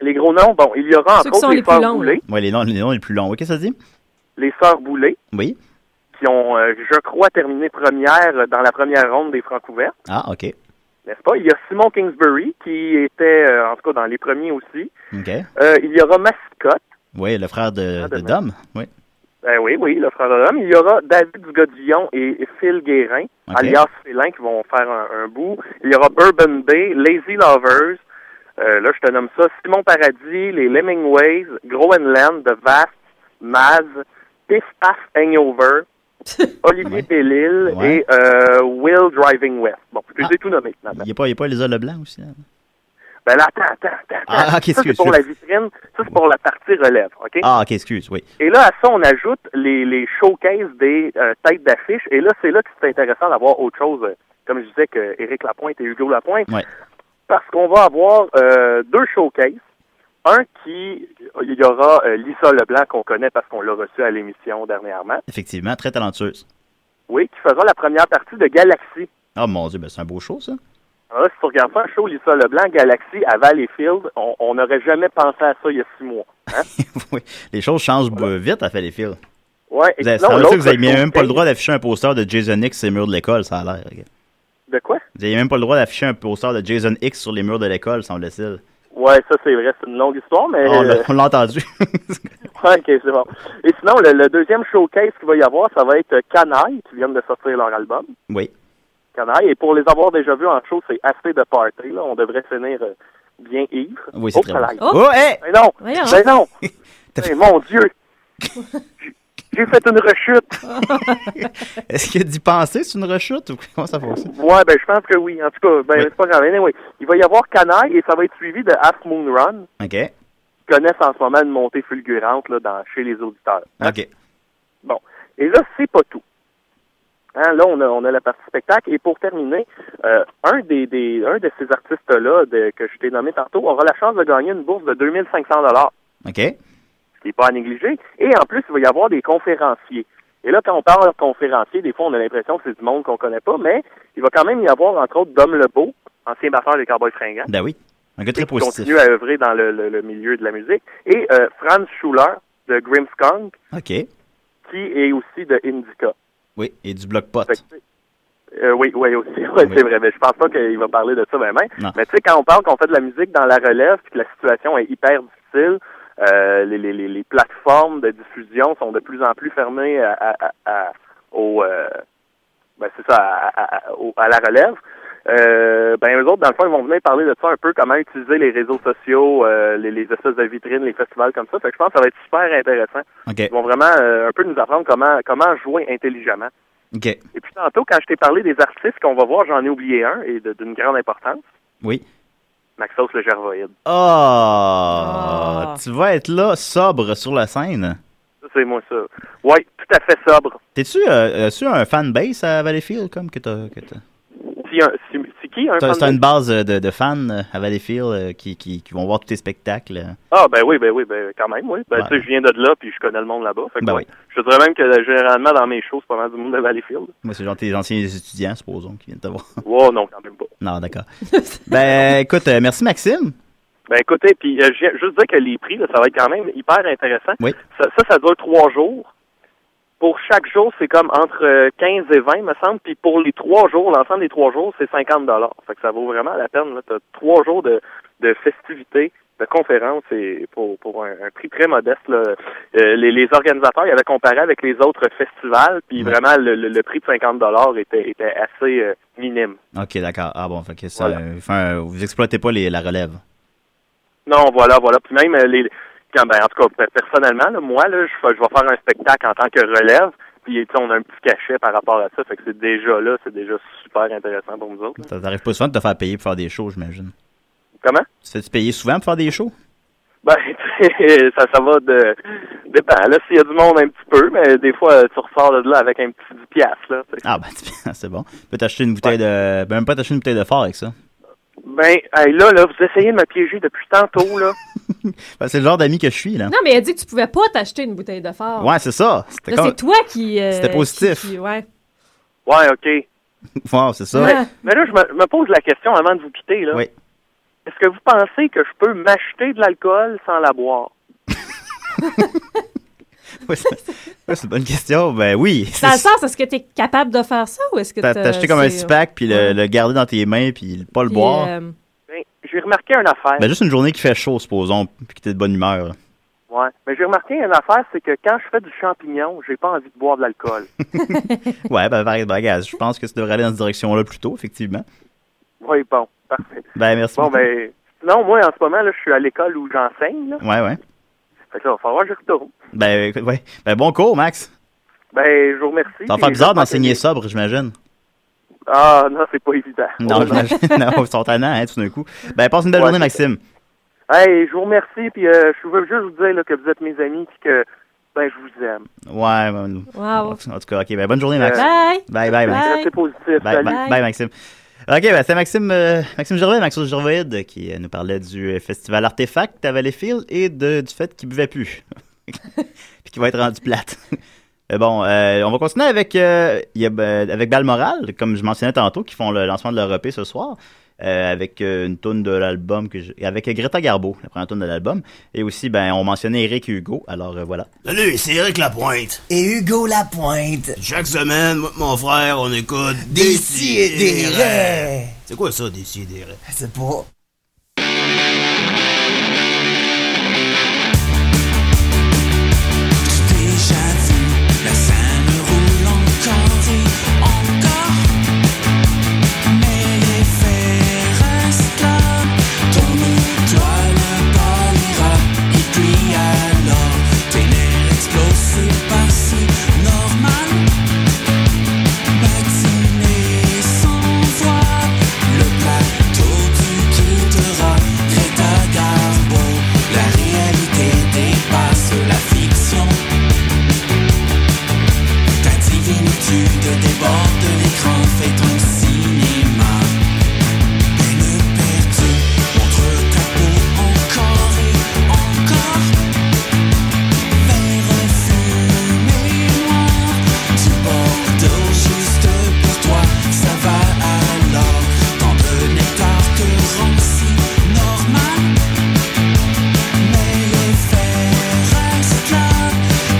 [SPEAKER 10] Les gros noms, bon, il y aura
[SPEAKER 6] Ceux
[SPEAKER 10] entre
[SPEAKER 6] qui sont
[SPEAKER 10] autres les
[SPEAKER 6] les plus
[SPEAKER 10] Sœurs
[SPEAKER 6] longs,
[SPEAKER 10] Boulay,
[SPEAKER 4] Ouais, les noms, les noms les plus longs. Oui, qu'est-ce que ça dit?
[SPEAKER 10] les Sœurs Boulay,
[SPEAKER 4] Oui.
[SPEAKER 10] qui ont, euh, je crois, terminé première euh, dans la première ronde des francs ouverts.
[SPEAKER 4] Ah, OK.
[SPEAKER 10] n'est-ce pas? Il y a Simon Kingsbury qui était, euh, en tout cas, dans les premiers aussi.
[SPEAKER 4] OK.
[SPEAKER 10] Euh, il y aura Mascotte,
[SPEAKER 4] Oui, le frère de, de Dom. Oui.
[SPEAKER 10] Ah, ben oui, oui, le frère de l'homme. Il y aura David Dugodillon et Phil Guérin,
[SPEAKER 4] Ok.
[SPEAKER 10] alias Félin, qui vont faire un, un bout. Il y aura Bourbon Bay, Lazy Lovers, euh, là, je te nomme ça, Simon Paradis, les Lemmingways, Groenland, The Vast, Maz, Piff Paff
[SPEAKER 4] [laughs]
[SPEAKER 10] Hangover, Olivier Bellil
[SPEAKER 4] Ouais. Ah.
[SPEAKER 10] et euh, Will Driving West. Bon, je les ai tout nommés, finalement.
[SPEAKER 4] Il n'y a pas, il y a pas Elisa Leblanc aussi, hein? là?
[SPEAKER 10] Ben là, attends, attends, attends.
[SPEAKER 4] Ah,
[SPEAKER 10] attends. ça,
[SPEAKER 4] ok,
[SPEAKER 10] c'est
[SPEAKER 4] excuse,
[SPEAKER 10] pour la
[SPEAKER 4] excuse.
[SPEAKER 10] vitrine. Ça, c'est pour la partie relève, OK?
[SPEAKER 4] Ah, OK, excuse, oui.
[SPEAKER 10] Et là, à ça, on ajoute les, les showcases des euh, têtes d'affiche. Et là, c'est là que c'est intéressant d'avoir autre chose, euh, comme je disais, que Éric Lapointe et Hugo Lapointe.
[SPEAKER 4] Ouais.
[SPEAKER 10] Parce qu'on va avoir euh, deux showcases. Un qui, il y aura euh, Lisa Leblanc, qu'on connaît parce qu'on l'a reçue à l'émission dernièrement.
[SPEAKER 4] Effectivement, très talentueuse.
[SPEAKER 10] Oui, qui fera la première partie de Galaxy.
[SPEAKER 4] Ah, mon Dieu, ben, c'est un beau show, ça. [laughs]
[SPEAKER 10] Alors là, si tu regardes ça, un show Lisa Leblanc, Galaxy, à Valleyfield, on on n'aurait jamais pensé à ça il y a six mois. Hein?
[SPEAKER 4] Oui. Les choses changent euh, vite, à fait les fils.
[SPEAKER 10] Ouais, et
[SPEAKER 4] Vous avez,
[SPEAKER 10] sinon,
[SPEAKER 4] ça veut dire que vous
[SPEAKER 10] l'autre
[SPEAKER 4] n'avez même pas le
[SPEAKER 10] showcase-
[SPEAKER 4] droit d'afficher un poster de Jason X sur les murs de l'école, ça a l'air. ok.
[SPEAKER 10] De quoi?
[SPEAKER 4] Vous n'avez même pas le droit d'afficher un poster de Jason X sur les murs de l'école, semble-t-il. Ah,
[SPEAKER 10] Ouais, ça c'est vrai, c'est une longue histoire, mais
[SPEAKER 4] On l'a
[SPEAKER 10] euh,
[SPEAKER 4] on l'a entendu.
[SPEAKER 10] [laughs]
[SPEAKER 4] [laughs]
[SPEAKER 10] ouais, ok, c'est bon. Et sinon, le, le deuxième showcase qu'il va y avoir, ça va être Canaille, qui viennent de sortir leur album.
[SPEAKER 4] oui.
[SPEAKER 10] Canaille, et pour les avoir déjà vus en show, c'est assez de party, là. On devrait finir euh, bien ivre.
[SPEAKER 4] Oui, c'est
[SPEAKER 10] Oh,
[SPEAKER 4] très
[SPEAKER 10] ça
[SPEAKER 4] bon.
[SPEAKER 10] lag.
[SPEAKER 4] Oh! Oh, hey!
[SPEAKER 10] Mais non!
[SPEAKER 4] Voyons.
[SPEAKER 10] Mais
[SPEAKER 4] [laughs]
[SPEAKER 10] non! Mais mon Dieu! J'ai- J'ai fait une rechute!
[SPEAKER 4] Est-ce que d'y penser, c'est une rechute ou comment ça fonctionne?
[SPEAKER 10] ouais, ben je pense que oui. En tout cas, ben c'est pas grave. Anyway, il va y avoir Canaille et ça va être suivi de Half Moon Run.
[SPEAKER 4] OK.
[SPEAKER 10] qui connaissent en ce moment une montée fulgurante là, dans, chez les auditeurs.
[SPEAKER 4] OK.
[SPEAKER 10] Bon. Et là, c'est pas tout. Hein, là, on a, on a la partie spectacle. Et pour terminer, euh, un, des, des, un de ces artistes-là de- que je t'ai nommé tantôt aura la chance de gagner une bourse de 2500
[SPEAKER 4] OK.
[SPEAKER 10] ce qui n'est pas à négliger. Et en plus, il va y avoir des conférenciers. Et là, quand on parle de conférenciers, des fois, on a l'impression que c'est du monde qu'on connaît pas, mais il va quand même y avoir, entre autres, Dom Lebeau, ancien batteur des Cowboys fringants.
[SPEAKER 4] Ben oui. Un gars très
[SPEAKER 10] qui
[SPEAKER 4] positif.
[SPEAKER 10] continue à œuvrer dans le, le- le milieu de la musique. Et euh, Franz Schuller de Grimmskong,
[SPEAKER 4] OK.
[SPEAKER 10] qui est aussi de Indica.
[SPEAKER 4] Oui. Et du bloc pot.
[SPEAKER 10] Euh, oui, oui, aussi. [laughs] Ouais,
[SPEAKER 4] Ah Oui.
[SPEAKER 10] C'est vrai, mais je pense pas qu'il va parler de ça vraiment.
[SPEAKER 4] Non.
[SPEAKER 10] Mais tu sais, quand on parle qu'on fait de la musique dans la relève, puis que la situation est hyper difficile, euh, les, les- les- les plateformes de diffusion sont de plus en plus fermées à, à- à- à- au, euh, ben, c'est ça, à, à- à- au- à la relève. Euh, ben eux autres, dans le fond, ils vont venir parler de ça un peu, comment utiliser les réseaux sociaux, euh, les, les espèces de vitrines, les festivals comme ça. Fait que je pense que ça va être super intéressant.
[SPEAKER 4] OK.
[SPEAKER 10] Ils vont vraiment euh, un peu nous apprendre comment comment jouer intelligemment.
[SPEAKER 4] OK.
[SPEAKER 10] Et puis tantôt, quand je t'ai parlé des artistes qu'on va voir, j'en ai oublié un et de- d'une grande importance,
[SPEAKER 4] Oui.
[SPEAKER 10] Maxos le Gervoïde.
[SPEAKER 4] Oh! Ah! Tu vas être là, sobre, sur la scène.
[SPEAKER 10] Ça, c'est moi ça. Oui, tout à fait sobre.
[SPEAKER 4] T'es-tu euh, euh, sur un fanbase à Valleyfield, comme que t'as. que t'as-
[SPEAKER 10] Si un- si- C'est qui un
[SPEAKER 4] T'as
[SPEAKER 10] fan
[SPEAKER 4] t'as
[SPEAKER 10] de-
[SPEAKER 4] une base euh, de, de fans euh, à Valleyfield euh, qui, qui, qui vont voir tous tes spectacles. euh.
[SPEAKER 10] Ah ben oui, ben oui, ben quand même, oui. Ben
[SPEAKER 4] Ouais.
[SPEAKER 10] tu sais, je viens de là puis je connais le monde là-bas. Fait que
[SPEAKER 4] Ben
[SPEAKER 10] ouais. Je te dirais même que euh, généralement dans mes shows, c'est pas mal du monde de Valleyfield.
[SPEAKER 4] Moi, c'est genre tes anciens étudiants, supposons, qui viennent te voir. [laughs]
[SPEAKER 10] Wow, non, quand même pas.
[SPEAKER 4] Non,
[SPEAKER 6] [laughs]
[SPEAKER 4] d'accord. ben, écoute, euh, merci Maxime.
[SPEAKER 10] Ben écoutez, puis euh, je viens juste dire que les prix, là, ça va être quand même hyper intéressant.
[SPEAKER 4] Oui.
[SPEAKER 10] Ça, ça, ça dure trois jours. Pour chaque jour, c'est comme entre euh, 15 et 20, me semble. Puis pour les trois jours, l'ensemble des trois jours, c'est 50 dollars. Fait que ça vaut vraiment la peine. là. T'as trois jours de, de festivités, de conférences et pour, pour un, un prix très modeste. là. Euh, les, les organisateurs, ils avaient comparé avec les autres festivals. Puis
[SPEAKER 4] Ouais.
[SPEAKER 10] vraiment, le, le- le prix de 50 dollars était, était assez euh, minime.
[SPEAKER 4] Ok, d'accord. Ah bon, fait que ça,
[SPEAKER 10] Voilà.
[SPEAKER 4] euh, enfin, euh, vous exploitez pas les, la relève.
[SPEAKER 10] Non, voilà, voilà. Puis même, euh, les, quand, ben, en tout cas, pe- personnellement, là, moi, là, je, fais- je vais faire un spectacle en tant que relève. Puis, tu sais, on a un petit cachet par rapport à ça. Fait que c'est déjà là, c'est déjà super intéressant pour nous autres. là.
[SPEAKER 4] T'a- T'arrives pas souvent de te faire payer pour faire des shows, j'imagine.
[SPEAKER 10] Comment?
[SPEAKER 4] Tu te fais-tu payer souvent pour faire des shows?
[SPEAKER 10] Ben, [laughs] ça, ça va de. Dépend. Là, s'il y a du monde un petit peu, mais des fois, tu ressors de là avec un petit 10 piastres, là. tu sais.
[SPEAKER 4] Ah, ben, [laughs] c'est bon. Tu peux t'acheter une bouteille de. Ben, même pas t'acheter une bouteille de fort avec ça.
[SPEAKER 10] Ben, hey, là, là, vous essayez de me piéger depuis tantôt, là.
[SPEAKER 4] Ben, c'est le genre d'ami que je suis, là.
[SPEAKER 6] Non, mais elle dit que tu pouvais pas t'acheter une bouteille de phare.
[SPEAKER 4] Ouais, c'est ça. C'était
[SPEAKER 6] Là,
[SPEAKER 4] comme-
[SPEAKER 6] c'est toi qui. euh,
[SPEAKER 4] C'était positif.
[SPEAKER 6] qui- qui- ouais.
[SPEAKER 10] Ouais, OK.
[SPEAKER 4] [laughs] Wow, c'est ça.
[SPEAKER 10] Mais, mais là, je me, me pose la question avant de vous quitter, là.
[SPEAKER 4] Oui.
[SPEAKER 10] Est-ce que vous pensez que je peux m'acheter de l'alcool sans la boire?
[SPEAKER 4] Ouais, c'est ouais, c'est une bonne question. Ben oui.
[SPEAKER 6] Dans le
[SPEAKER 4] C'est-
[SPEAKER 6] sens, est-ce que tu es capable de faire ça ou est-ce que
[SPEAKER 4] T'as
[SPEAKER 6] t'as-
[SPEAKER 4] t'as acheté comme un
[SPEAKER 6] c'est-
[SPEAKER 4] six-pack, puis le, le garder dans tes mains, puis le- pas le
[SPEAKER 6] Puis,
[SPEAKER 4] boire.
[SPEAKER 6] euh,
[SPEAKER 10] Ben, j'ai remarqué une affaire.
[SPEAKER 4] Ben, juste une journée qui fait chaud, supposons, puis que t'es de bonne humeur. là.
[SPEAKER 10] Ouais. Mais j'ai remarqué une affaire, c'est que quand je fais du champignon, j'ai pas envie de boire de
[SPEAKER 4] [laughs]
[SPEAKER 10] l'alcool.
[SPEAKER 4] Ouais, ben, pareil, bagage. Je pense que tu devrais aller dans cette direction-là plus tôt, effectivement.
[SPEAKER 10] oui, bon, parfait.
[SPEAKER 4] Ben, merci.
[SPEAKER 10] Bon,
[SPEAKER 4] beaucoup.
[SPEAKER 10] ben, sinon, moi, en ce moment, là, je suis à l'école où j'enseigne, là.
[SPEAKER 4] Ouais, ouais.
[SPEAKER 10] Fait que là, il va falloir que je retourne.
[SPEAKER 4] Ben, écoute, ouais. Ben, bon cours, Max.
[SPEAKER 10] Ben, je vous remercie.
[SPEAKER 4] Ça va faire
[SPEAKER 10] puis
[SPEAKER 4] bizarre
[SPEAKER 10] j'espère
[SPEAKER 4] d'enseigner sobre, j'imagine.
[SPEAKER 10] que- Ah, non, c'est pas évident.
[SPEAKER 4] Non,
[SPEAKER 10] [laughs]
[SPEAKER 4] j'imagine. Non, ils sont tannants, hein, tout d'un coup. Ben, passe une belle journée, Maxime.
[SPEAKER 10] Hey, je vous remercie, puis euh, je veux juste vous dire là, que vous êtes mes amis, puis que, ben, je vous aime.
[SPEAKER 4] Ouais, ben,
[SPEAKER 10] Wow.
[SPEAKER 4] en tout cas, OK. Ben, bonne journée, Max.
[SPEAKER 10] Bye.
[SPEAKER 4] Bye, bye, Max.
[SPEAKER 10] Restez positifs,
[SPEAKER 4] Bye,
[SPEAKER 10] salut.
[SPEAKER 4] bye, bye, Maxime. OK, ben, c'est Maxime, euh, Maxime Gervais, Maxime Gervaide, qui euh, nous parlait du euh, festival Artefact à Valleyfield et de- du fait qu'il buvait plus. [laughs] Puis qu'il va être rendu plate. [laughs] Mais bon, euh, on va continuer avec, euh, il y a, ben, avec Balmoral, comme je mentionnais tantôt, qui font le lancement de leur EP ce soir. euh, avec euh, une toune de l'album que je- avec Greta Garbo, la première toune de l'album. Et aussi, ben, on mentionnait Eric et Hugo, alors euh, voilà.
[SPEAKER 12] Salut, c'est Eric Lapointe.
[SPEAKER 13] Et Hugo Lapointe.
[SPEAKER 12] Chaque semaine, moi et mon frère, on écoute
[SPEAKER 13] Décidérez.
[SPEAKER 12] C'est quoi ça, Décidérez?
[SPEAKER 13] C'est pas.
[SPEAKER 5] Déjà vu, la scène roule encore et encore Mais les faits restent là Tourne-toi le bol ira Et puis alors, tes nerfs explosent C'est pas si normal Matinée sans voix Le plateau tu quitteras Greta Garbo La réalité dépasse la fiction ta divinitude déborde de l'écran, fais ton cinéma. Peine perdue, montre ta peau encore et encore. Vers fumée noire, du Bordeaux juste pour toi, ça va alors. Tant de nectar te rend si normal. Mais les faits restent là.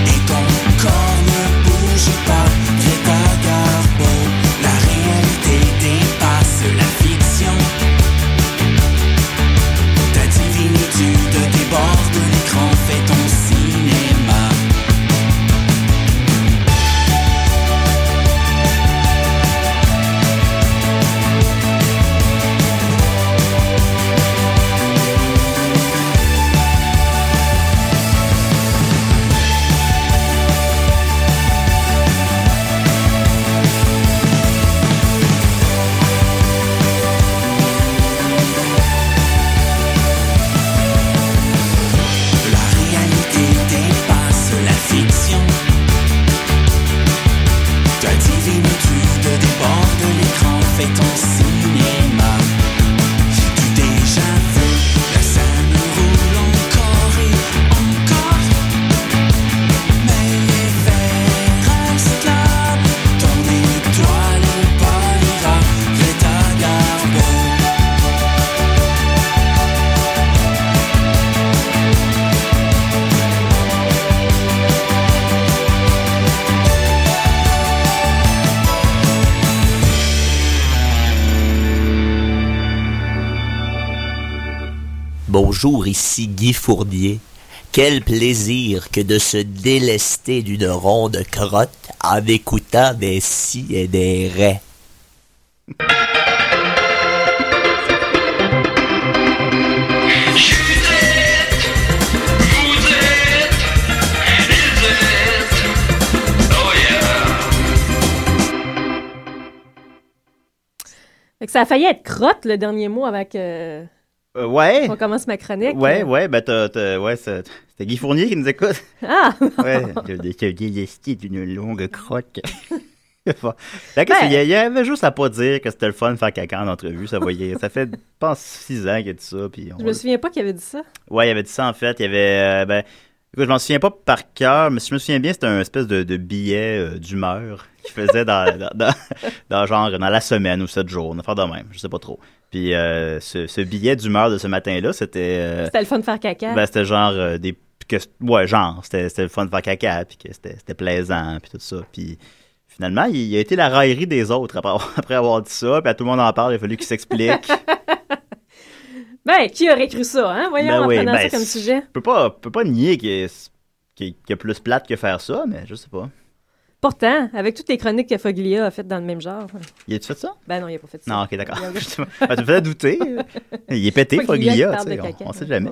[SPEAKER 5] Et ton corps ne bouge pas, Greta Garbo La réalité dépasse la fiction Ta divinitude déborde l'écran, fait ton cinéma La réalité dépasse la fiction Ta divinitude déborde l'écran, fait ton cinéma Tu déjà vu, la scène roule encore et encore Mais les verres restent là, ton étoile pâlira, Greta Garbo
[SPEAKER 13] Bonjour, ici Guy Fournier. Quel plaisir que de se délester d'une ronde crotte en écoutant des si et des raies.
[SPEAKER 6] Fait que ça a failli être crotte le dernier mot avec euh,
[SPEAKER 4] Euh, ouais.
[SPEAKER 6] On commence ma chronique.
[SPEAKER 4] Ouais, ouais, ben t'as, t'as- ouais, c'est c'est Guy Fournier qui nous écoute.
[SPEAKER 6] Ah!
[SPEAKER 4] [laughs] ouais, je suis délesté d'une longue croque. [laughs] Bon. La question,
[SPEAKER 6] Ben
[SPEAKER 4] il y a- il y avait juste à pas dire que c'était le fun de faire caca en entrevue, ça voyait. ça fait, [laughs] je pense, six ans qu'il y a dit ça. Puis on-
[SPEAKER 6] Je me souviens pas qu'il avait dit ça.
[SPEAKER 4] Ouais, il y avait dit ça en fait. Il y avait. euh, ben, écoute, je m'en souviens pas par cœur, mais si je me souviens bien, c'était un espèce de, de billet euh, d'humeur qu'il faisait dans, [laughs] dans, dans- dans genre dans la semaine ou sept jours, une affaire de même, je sais pas trop. Puis euh, ce, ce billet d'humeur de ce matin-là, c'était. euh,
[SPEAKER 6] C'était le fun de faire caca.
[SPEAKER 4] ben, c'était genre euh, des. Que, ouais, genre, c'était c'était le fun de faire caca, puis que c'était c'était plaisant, puis tout ça. Puis finalement, il, il a été la raillerie des autres après avoir, [laughs] après avoir dit ça, puis à tout le monde en parle, il a fallu qu'il s'explique.
[SPEAKER 6] [laughs] Ben, qui aurait cru ça, hein? Voyons,
[SPEAKER 4] Ben
[SPEAKER 6] en
[SPEAKER 4] oui,
[SPEAKER 6] prenant
[SPEAKER 4] ben,
[SPEAKER 6] ça comme sujet.
[SPEAKER 4] Je peux pas, je peux pas nier qu'il y, ait- qu'il y ait- qu'il y a plus plate que faire ça, mais je sais pas.
[SPEAKER 6] Pourtant, avec toutes les chroniques que Foglia a faites dans le même genre.
[SPEAKER 4] Il a-tu fait ça?
[SPEAKER 6] Ben non, il a pas fait ça.
[SPEAKER 4] Non, ok, d'accord. [laughs]
[SPEAKER 6] Il a-
[SPEAKER 4] Justement. Ben, tu me faisais douter. Il est pété,
[SPEAKER 6] Faut qu'il y ait
[SPEAKER 4] Foglia,
[SPEAKER 6] qui
[SPEAKER 4] tu
[SPEAKER 6] parle
[SPEAKER 4] sais,
[SPEAKER 6] de
[SPEAKER 4] on,
[SPEAKER 6] caca.
[SPEAKER 4] on sait jamais.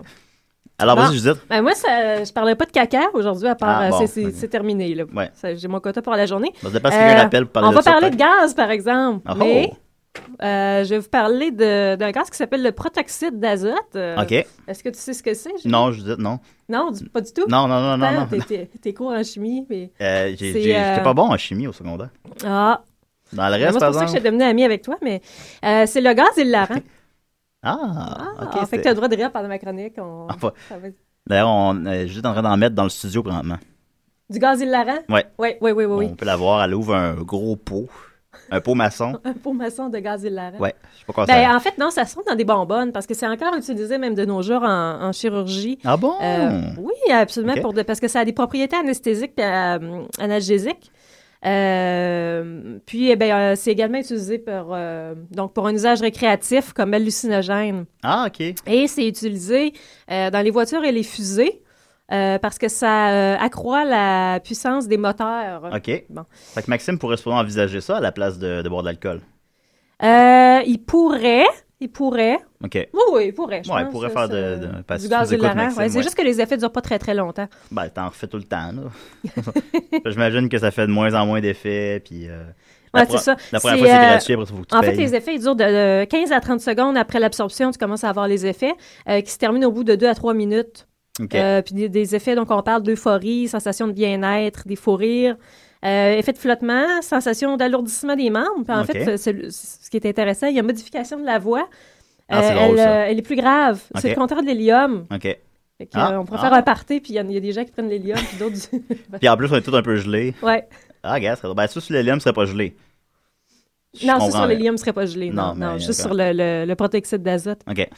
[SPEAKER 4] Alors,
[SPEAKER 6] Bon.
[SPEAKER 4] vas-y, Judith.
[SPEAKER 6] Ben moi, ça, je parlais pas de caca aujourd'hui, à part.
[SPEAKER 4] Ah,
[SPEAKER 6] euh,
[SPEAKER 4] bon,
[SPEAKER 6] c'est- c'est
[SPEAKER 4] ok.
[SPEAKER 6] c'est terminé, là.
[SPEAKER 4] Ouais.
[SPEAKER 6] Ça, J'ai mon quota pour la journée.
[SPEAKER 4] On se déplace qu'il y a un rappel pour parler
[SPEAKER 6] Euh, on
[SPEAKER 4] de
[SPEAKER 6] va
[SPEAKER 4] ça,
[SPEAKER 6] parler de
[SPEAKER 4] peut-être.
[SPEAKER 6] gaz, par exemple.
[SPEAKER 4] Oh!
[SPEAKER 6] Mais euh, je vais vous parler de- d'un gaz qui s'appelle le protoxyde d'azote. Euh,
[SPEAKER 4] Ok.
[SPEAKER 6] Est-ce que tu sais ce que c'est? Julie?
[SPEAKER 4] Non, Judith, non.
[SPEAKER 6] Non, du- pas du tout?
[SPEAKER 4] Non, non, non, non,
[SPEAKER 6] Pourtant,
[SPEAKER 4] non,
[SPEAKER 6] t'es-
[SPEAKER 4] non.
[SPEAKER 6] T'es t'es court en chimie, mais...
[SPEAKER 4] Euh, j'ai-
[SPEAKER 6] C'est,
[SPEAKER 4] j'ai- J'étais
[SPEAKER 6] euh,
[SPEAKER 4] pas bon en chimie au secondaire.
[SPEAKER 6] Ah,
[SPEAKER 4] Dans le
[SPEAKER 6] Ben,
[SPEAKER 4] reste,
[SPEAKER 6] moi, c'est
[SPEAKER 4] par
[SPEAKER 6] pour ça que je
[SPEAKER 4] exemple.
[SPEAKER 6] suis devenue amie avec toi, mais euh, c'est le gaz et le larant.
[SPEAKER 4] [laughs] Ah, ok,
[SPEAKER 6] Ah, fait
[SPEAKER 4] c'était- [laughs]
[SPEAKER 6] que t'as le droit de rire pendant ma chronique. on-
[SPEAKER 4] Ah, pas-
[SPEAKER 6] ça va être-
[SPEAKER 4] D'ailleurs, on est juste en train d'en mettre dans le studio présentement.
[SPEAKER 6] Du gaz et le larant?
[SPEAKER 4] Ouais.
[SPEAKER 6] Oui, oui, oui, oui.
[SPEAKER 4] On peut la voir, elle ouvre un gros pot. Un
[SPEAKER 6] [laughs]
[SPEAKER 4] pot maçon.
[SPEAKER 6] Un pot maçon de gaz et de larron.
[SPEAKER 4] Ouais, je sais pas quoi
[SPEAKER 6] Ben,
[SPEAKER 4] ça.
[SPEAKER 6] en fait, non, ça se trouve dans des bonbonnes parce que c'est encore utilisé même de nos jours en, en chirurgie. Euh,
[SPEAKER 4] Ah bon?
[SPEAKER 6] oui, absolument,
[SPEAKER 4] Ok.
[SPEAKER 6] pour de- parce que ça a des propriétés anesthésiques et analgésiques. Euh, puis, eh ben, euh, c'est également utilisé pour, euh, donc pour un usage récréatif comme hallucinogène.
[SPEAKER 4] Ah, OK.
[SPEAKER 6] Et c'est utilisé euh, dans les voitures et les fusées euh, parce que ça euh, accroît la puissance des moteurs.
[SPEAKER 4] OK.
[SPEAKER 6] Bon.
[SPEAKER 4] Fait que Maxime pourrait sûrement envisager ça à la place de, de boire de l'alcool.
[SPEAKER 6] Euh, il pourrait, il pourrait.
[SPEAKER 4] OK.
[SPEAKER 6] Oui, oui, il pourrait. je
[SPEAKER 4] Ouais, il
[SPEAKER 6] pense,
[SPEAKER 4] pourrait
[SPEAKER 6] ça,
[SPEAKER 4] faire
[SPEAKER 6] ça- euh,
[SPEAKER 4] de- de- parce
[SPEAKER 6] du
[SPEAKER 4] que tu
[SPEAKER 6] gaz
[SPEAKER 4] nous
[SPEAKER 6] et de
[SPEAKER 4] écoutes,
[SPEAKER 6] l'arant,
[SPEAKER 4] Maxime,
[SPEAKER 6] ouais. C'est
[SPEAKER 4] ouais.
[SPEAKER 6] juste que les effets ne durent pas très, très longtemps.
[SPEAKER 4] Ben, t'en refais tout le temps,
[SPEAKER 6] [laughs]
[SPEAKER 4] là. J'imagine que ça fait de moins en moins d'effets, puis... euh, la
[SPEAKER 6] Ouais,
[SPEAKER 4] pro-
[SPEAKER 6] c'est ça.
[SPEAKER 4] La première fois, c'est
[SPEAKER 6] euh,
[SPEAKER 4] gratuit, après, ça, faut que tu
[SPEAKER 6] En
[SPEAKER 4] payes.
[SPEAKER 6] fait, les effets, ils durent de, de 15 à 30 secondes après l'absorption. Tu commences à avoir les effets euh, qui se terminent au bout de 2 à 3 minutes.
[SPEAKER 4] OK.
[SPEAKER 6] Euh, puis des, des effets, donc on parle d'euphorie, sensation de bien-être, des faux rires, euh, effet de flottement, sensation d'alourdissement des membres. Puis en
[SPEAKER 4] Ok.
[SPEAKER 6] fait, ce, ce- ce qui est intéressant, il y a modification de la voix.
[SPEAKER 4] Ah, c'est
[SPEAKER 6] Euh,
[SPEAKER 4] drôle,
[SPEAKER 6] elle,
[SPEAKER 4] ça.
[SPEAKER 6] euh, elle est plus grave. C'est
[SPEAKER 4] Ok.
[SPEAKER 6] le contraire de l'hélium.
[SPEAKER 4] OK.
[SPEAKER 6] Fait que,
[SPEAKER 4] Ah,
[SPEAKER 6] euh, on pourrait
[SPEAKER 4] ah.
[SPEAKER 6] faire un party, puis il y, en- il y a des gens qui prennent l'hélium, puis d'autres du...
[SPEAKER 4] Puis en plus, on est tous un peu gelés.
[SPEAKER 6] Ouais.
[SPEAKER 4] Ah, gars, ça serait- ben, ça, sur l'hélium, ce serait pas gelé. Je
[SPEAKER 6] Non,
[SPEAKER 4] comprends,
[SPEAKER 6] c'est sur
[SPEAKER 4] mais-
[SPEAKER 6] l'hélium, ne serait pas gelé. Non,
[SPEAKER 4] Non, mais
[SPEAKER 6] non, juste
[SPEAKER 4] d'accord.
[SPEAKER 6] sur le, le, le protoxyde d'azote.
[SPEAKER 4] OK.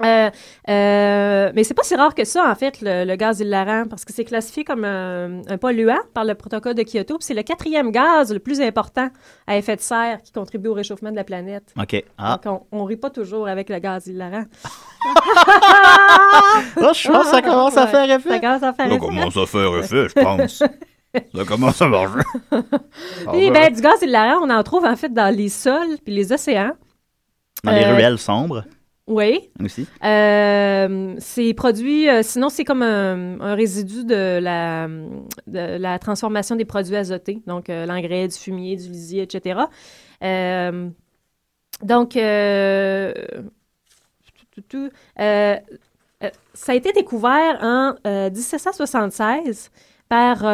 [SPEAKER 6] Euh, euh, mais c'est pas si rare que ça, en fait, le, le gaz hilarant, parce que c'est classifié comme un, un polluant par le protocole de Kyoto. puis C'est le quatrième gaz le plus important à effet de serre qui contribue au réchauffement de la planète.
[SPEAKER 4] OK. Ah,
[SPEAKER 6] Donc, on, on rit pas toujours avec le gaz hilarant.
[SPEAKER 4] Là, Oh, je pense que ça commence à faire effet.
[SPEAKER 6] Ah, Ça commence à faire
[SPEAKER 12] Ça
[SPEAKER 6] effet.
[SPEAKER 12] commence à faire effet, je
[SPEAKER 6] [laughs]
[SPEAKER 12] pense. Ça commence à marcher.
[SPEAKER 6] Puis, ben, du gaz hilarant, on en trouve, en fait, dans les sols puis les océans.
[SPEAKER 4] dans les
[SPEAKER 6] euh,
[SPEAKER 4] ruelles sombres,
[SPEAKER 6] Oui.
[SPEAKER 4] aussi.
[SPEAKER 6] Euh, c'est produit, euh, sinon c'est comme un, un résidu de la, de la transformation des produits azotés, donc euh, l'engrais, du fumier, du lisier, etc. Euh, donc, euh, tout, tout, tout, euh, euh, ça a été découvert en euh, 1776 par euh,